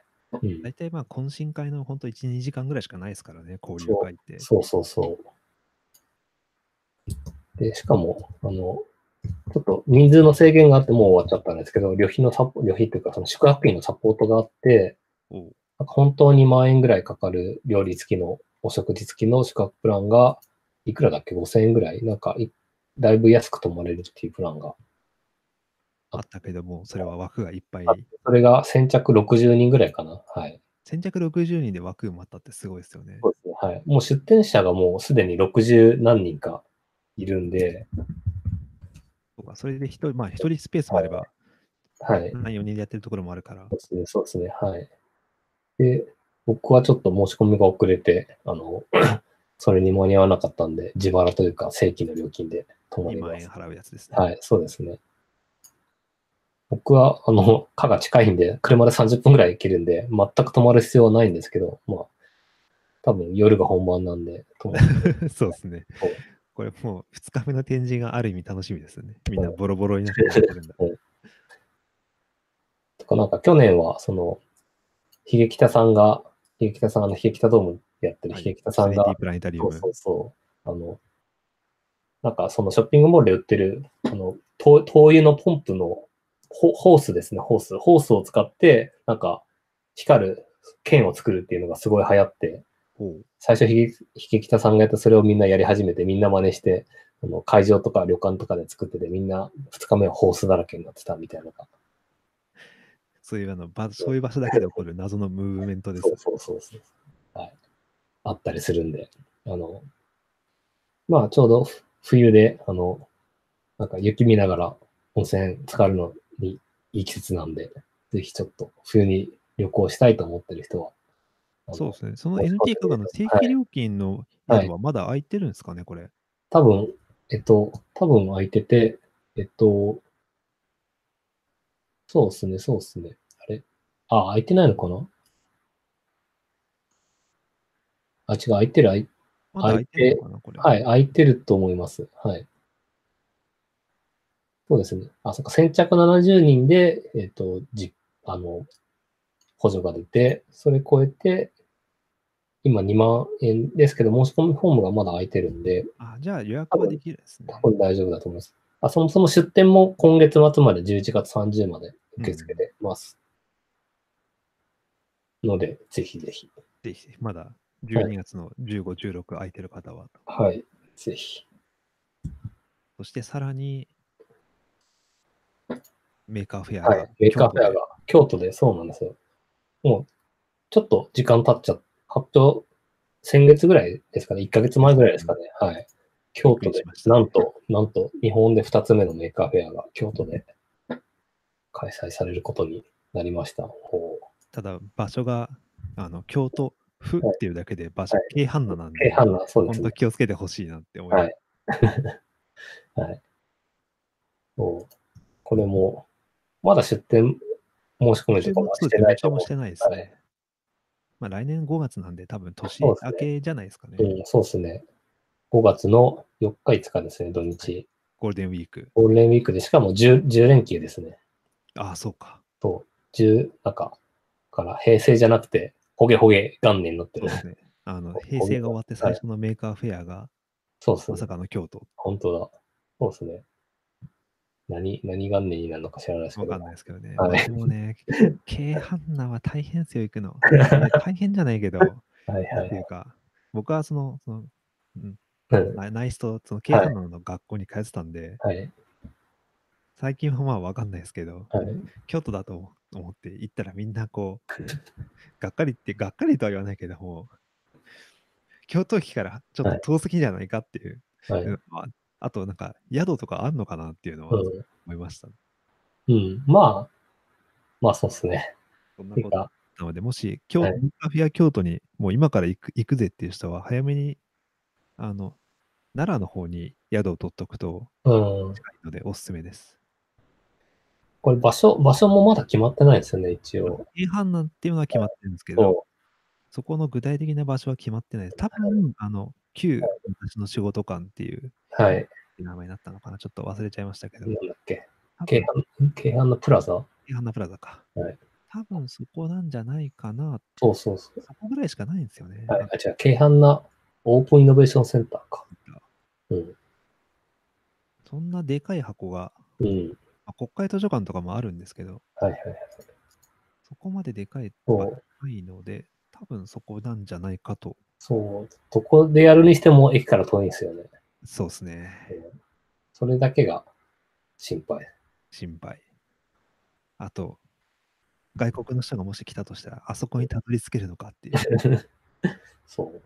Speaker 2: 大体まあ懇親会の本当1、2時間ぐらいしかないですからね、交流会って。
Speaker 1: そうそうそう。で、しかも、あの、ちょっと人数の制限があってもう終わっちゃったんですけど、旅費のサポ、旅費というかその宿泊費のサポートがあって、
Speaker 2: おう
Speaker 1: なんか本当に万円ぐらいかかる料理付きの、お食事付きの宿泊プランが、いくらだっけ ?5000 円ぐらいなんかい、だいぶ安く泊まれるっていうプランが。
Speaker 2: あったけども、それは枠がいっぱい。
Speaker 1: それが先着60人ぐらいかな。はい。
Speaker 2: 先着60人で枠埋まったってすごいですよね。
Speaker 1: そうですね。はい。もう出店者がもうすでに60何人かいるんで、
Speaker 2: そうかそれで一人、まあ一人スペースもあれば、
Speaker 1: はい。
Speaker 2: 3、4人でやってるところもあるか
Speaker 1: そ
Speaker 2: ら
Speaker 1: う。ですね、そうですね、はい。で、僕はちょっと申し込みが遅れて、あの、 それに間に合わなかったんで、自腹というか正規の料金で泊まり
Speaker 2: 2万
Speaker 1: ま
Speaker 2: 円
Speaker 1: す。
Speaker 2: 払うやつですね。
Speaker 1: はい、そうですね。僕は、あの、家が近いんで、車で30分ぐらい行けるんで、全く泊まる必要はないんですけど、まあ、多分夜が本番なんで、泊まる
Speaker 2: そうですね
Speaker 1: そう。
Speaker 2: これもう2日目の展示がある意味楽しみですよね。みんな
Speaker 1: そう
Speaker 2: ボロボロになってやってるんだ。
Speaker 1: と か、なんか去年は、その、悲劇北さんが、悲劇北さん、あの、悲劇北ドームやってる
Speaker 2: はい
Speaker 1: 悲劇北 さんが、
Speaker 2: 3D プラネタリウ
Speaker 1: そう
Speaker 2: ム
Speaker 1: そ。うそう。あの、なんかそのショッピングモールで売ってる、あの、灯灯油のポンプのホホースですね、ホース。ホースを使って、なんか、光る剣を作るっていうのがすごい流行って、
Speaker 2: ほう
Speaker 1: 最初、ひげきたさんがやったそれをみんなやり始めて、みんな真似して、あの会場とか旅館とかで作ってて、みんな2日目はホースだらけになってたみたいなのが。
Speaker 2: そういうあの場そういう場所だけで起こる謎のムーブメントで
Speaker 1: そ
Speaker 2: す
Speaker 1: う。そうそうそう。はい。あったりするんで、あの、まあ、ちょうどふ冬で、あの、なんか雪見ながら温泉浸かるのにいい季節なんで、ぜひちょっと冬に旅行したいと思ってる人は。あの
Speaker 2: そうですね。その
Speaker 1: そうそう
Speaker 2: NT とかの正規料金の
Speaker 1: はい
Speaker 2: 宿はまだ空いてるんですかね、これ。
Speaker 1: 多分、えっと、多分空いてて、えっと、そうですね、そうですね。あれあ、空いてないのかなあ、違う、空いてる、空い
Speaker 2: まだ空いてるのかな、これ。
Speaker 1: はい、空いてると思います。はい。そうですね。あ、そっか、先着70人で、えっ、と、じ、あの、補助が出て、それ超えて、今2万円ですけど、申し込みフォームがまだ空いてるんで、
Speaker 2: あ、じゃあ予約はできるんですね
Speaker 1: 多。分大丈夫だと思います。あ、そもそも出店も今月末まで11月30まで受け付けてます。ので、ぜひぜひ。
Speaker 2: ぜひまだ12月の15、16空いてる方は。
Speaker 1: はい、ぜひ。
Speaker 2: そしてさらに、メーカーフェアが、
Speaker 1: はい、メーカーフェア
Speaker 2: 京
Speaker 1: が京都で、そうなんですよ。もう、ちょっと時間経っちゃっ発表、先月ぐらいですかね、1ヶ月前ぐらいですかね、はい。京
Speaker 2: び
Speaker 1: 都
Speaker 2: っくり
Speaker 1: で
Speaker 2: しまし、た
Speaker 1: なんと、なんと、日本で2つ目のメーカーフェアが京都で開催されることになりました。ほう
Speaker 2: 都でただ場所があの京都府っていうだけで場所、
Speaker 1: は
Speaker 2: 京阪奈なん
Speaker 1: え、
Speaker 2: で、
Speaker 1: ハンナ、そうで
Speaker 2: 本
Speaker 1: す
Speaker 2: 当
Speaker 1: ね。
Speaker 2: 気をつけてほしいなって思います。
Speaker 1: はい。はい。そうこれも、まだ出店申し込み
Speaker 2: 注
Speaker 1: とか
Speaker 2: 文
Speaker 1: も
Speaker 2: そう
Speaker 1: して
Speaker 2: ですね
Speaker 1: ない
Speaker 2: 注
Speaker 1: と
Speaker 2: 文
Speaker 1: 思
Speaker 2: してないですね。
Speaker 1: はい
Speaker 2: まあ来年5月なんで多分年
Speaker 1: そう
Speaker 2: 明
Speaker 1: ですね
Speaker 2: けじゃないですかね。
Speaker 1: う。うん、そうですね。5月の4日、5日ですね、土日。
Speaker 2: ゴールデンウィーク。
Speaker 1: ゴールデンウィークで、しかも 10, 10連休ですね。
Speaker 2: ああ、そうか。
Speaker 1: そう。10、なんか、から平成じゃなくて、ほげほげ元年になって
Speaker 2: そう
Speaker 1: る
Speaker 2: で。すね。あの、平成が終わって最初のメーカーフェアが
Speaker 1: そうです
Speaker 2: ま
Speaker 1: ね
Speaker 2: さ。かの京都。
Speaker 1: 本当だ。そうですね。何、何元年になるのか知らないですけ
Speaker 2: わ
Speaker 1: ど。
Speaker 2: かんないですけどね。
Speaker 1: はい
Speaker 2: まあでもね、 京阪奈は大変ですよ、行くの。大変じゃないけど、
Speaker 1: はいは
Speaker 2: なん
Speaker 1: い
Speaker 2: て
Speaker 1: はい
Speaker 2: いうか、僕はその、その
Speaker 1: うん。
Speaker 2: ナナイスと、その、京阪奈の学校に通ってたんで、
Speaker 1: はい。
Speaker 2: 最近はまあわかんないですけど、
Speaker 1: はい。
Speaker 2: 京都だと思って行ったらみんなこう、がっかりって、がっかりとは言わないけども、京都駅からちょっと遠すぎじゃないかっていう、
Speaker 1: はい。
Speaker 2: うんああとなんか宿とかあんのかなっていうのは
Speaker 1: うん。
Speaker 2: 思いました。
Speaker 1: うん。まあ、まあそうですね。
Speaker 2: そんな
Speaker 1: て
Speaker 2: こと
Speaker 1: か、
Speaker 2: なので、もし、京
Speaker 1: は
Speaker 2: 都
Speaker 1: い
Speaker 2: カフェや京都にもう今から行く行くぜっていう人は、早めに、あの、奈良の方に宿を取っとくと、
Speaker 1: うん。
Speaker 2: 近いのでおすすめです。
Speaker 1: これ場所、場所もまだ決まってないですよね、一応。
Speaker 2: 京阪なんていうのは決まってるんですけど、
Speaker 1: そ
Speaker 2: そこの具体的な場所は決まってない。多分、あの、旧私の仕事館っていう
Speaker 1: う。はい。
Speaker 2: 名前になったのかな。ちょっと忘れちゃいましたけど
Speaker 1: なん、だっけ。
Speaker 2: 多
Speaker 1: 京
Speaker 2: 分
Speaker 1: 阪、京阪のプラザ
Speaker 2: 京阪のプラザか
Speaker 1: はい。
Speaker 2: 多分そこなんじゃないかな。
Speaker 1: そうそうそう。
Speaker 2: そこぐらいしかないんですよね。
Speaker 1: はい、あ、違う、京阪なオープンイノベーションセンターか。うん。
Speaker 2: そんなでかい箱が、
Speaker 1: うん。
Speaker 2: まあ国会図書館とかもあるんですけど、
Speaker 1: はいはいはい。
Speaker 2: そこまででかい
Speaker 1: そ
Speaker 2: まあ
Speaker 1: う、
Speaker 2: ないので、多分そこなんじゃないかと。
Speaker 1: そう。どこでやるにしても駅から遠いんですよね。
Speaker 2: そうですね。
Speaker 1: それだけが心配。
Speaker 2: 心配。あと、外国の人がもし来たとしたら、あそこにたどり着けるのか っていう。
Speaker 1: そう。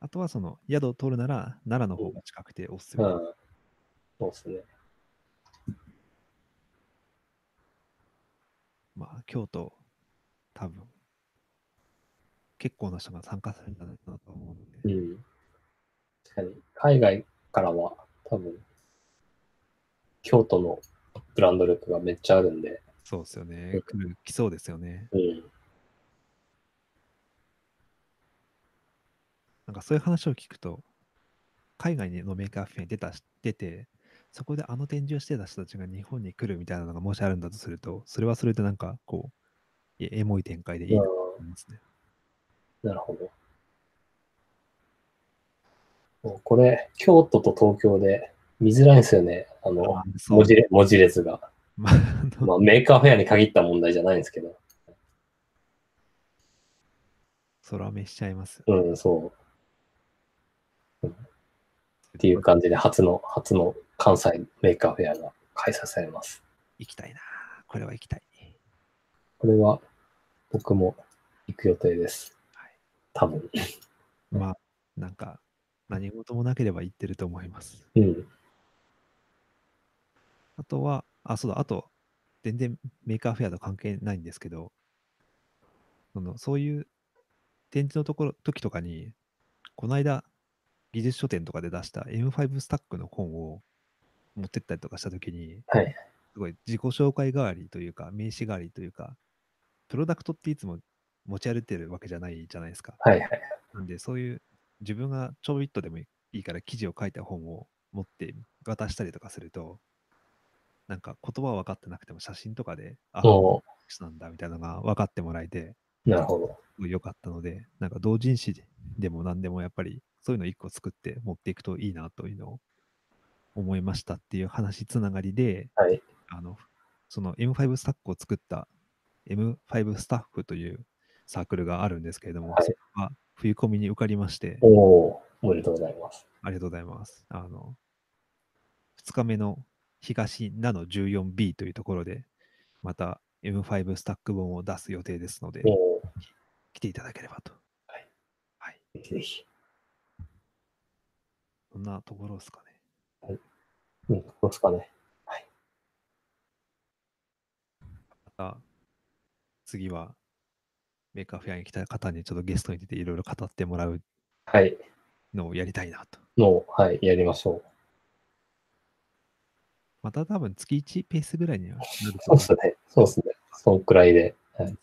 Speaker 2: あとはその宿を取るなら、奈良の方が近くておすす
Speaker 1: う
Speaker 2: め。
Speaker 1: ん。そうですね。
Speaker 2: まあ、京都、多分、結構な人が参加するんじゃないかなと思うので、
Speaker 1: うん。確かに、海外からは多分、京都のブランド力がめっちゃあるんで、
Speaker 2: そうですよね。来る、来そうですよね。
Speaker 1: うん。
Speaker 2: なんかそういう話を聞くと、海外のメーカーフェアに出たし出て、そこであの展示をしてた人たちが日本に来るみたいなのがもしあるんだとすると、それはそれでなんかこう、えエモい展開でいいなと思いますね。
Speaker 1: なるほど。もうこれ、京都と東京で見づらいんですよね。あの、
Speaker 2: そう
Speaker 1: 文字列文字列が。
Speaker 2: まああの
Speaker 1: まあ、メーカーフェアに限った問題じゃないんですけど。
Speaker 2: 空目しちゃいますよ。
Speaker 1: うん、そう。っていう感じで、初の、初の関西メーカーフェアが開催されます。
Speaker 2: 行きたいな。これは行きたい。
Speaker 1: これは、僕も行く予定です
Speaker 2: はい。
Speaker 1: 多分。
Speaker 2: まあ、なんか、何事もなければ行ってると思います。
Speaker 1: うん。
Speaker 2: あとは、あ、そうだ、あと、全然メーカーフェアと関係ないんですけど、そのそういう展示のところ時とかに、この間、技術書店とかで出した M5 スタックの本を持ってったりとかした時に、
Speaker 1: はい
Speaker 2: すごい自己紹介代わりというか、名刺代わりというか、プロダクトっていつも持ち歩いてるわけじゃないじゃないですか。
Speaker 1: はいはい。
Speaker 2: なんで、そういう自分がちょびっとでもいいから記事を書いた本を持って渡したりとかすると、なんか言葉は分かってなくても写真とかで、あ、
Speaker 1: お
Speaker 2: 人なんだみたいなのが分かってもらえて、
Speaker 1: なるほど。
Speaker 2: すごい良かったので、なんか同人誌でも何でもやっぱりそういうの一個作って持っていくといいなというのを思いましたっていう話つながりで、
Speaker 1: はい
Speaker 2: あのその M5 スタックを作った M5 スタッフというサークルがあるんですけれども、
Speaker 1: はい
Speaker 2: それは冬コミに受かりまして、
Speaker 1: おおおめでとうございます。
Speaker 2: ありがとうございます。あの、2日目の東ナノ 14B というところで、また M5 スタック本を出す予定ですので、
Speaker 1: おお
Speaker 2: 来ていただければと。
Speaker 1: はい。
Speaker 2: はい。
Speaker 1: ぜひぜひ。
Speaker 2: そんなところですかね。
Speaker 1: うん、どうですかね。
Speaker 2: また、次は、メーカーフェアに来た方にちょっとゲストに出ていろいろ語ってもらう
Speaker 1: はい。
Speaker 2: のをやりたいなと。
Speaker 1: の、はい、やりましょう。
Speaker 2: また多分月1ペースぐらいにはなると
Speaker 1: そう
Speaker 2: 思
Speaker 1: っすね。そうっすね。そんくらいで。はい。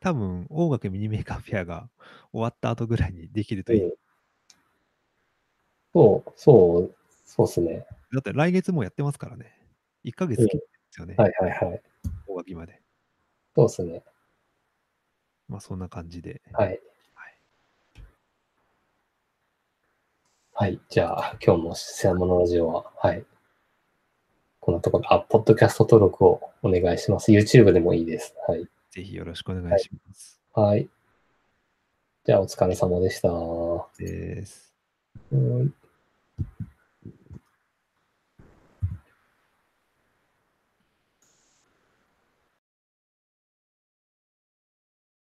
Speaker 2: 多分、音楽ミニメーカーフェアが終わった後ぐらいにできるといい。
Speaker 1: うんそう、そう、そうっすね。
Speaker 2: だって来月もやってますからね。1ヶ月
Speaker 1: うん
Speaker 2: 切ってますよね。
Speaker 1: はいはいはい。
Speaker 2: 大垣まで。
Speaker 1: そうっすね。
Speaker 2: まあそんな感じで。
Speaker 1: はい。
Speaker 2: はい
Speaker 1: はい。じゃあ、今日もせやものラジオは、はい。こんなところ、あ、ポッドキャスト登録をお願いします。YouTube でもいいです。はい。
Speaker 2: ぜひよろしくお願
Speaker 1: はいい
Speaker 2: します。
Speaker 1: はい。じゃあ、お疲れ様でした。は
Speaker 2: です。
Speaker 1: い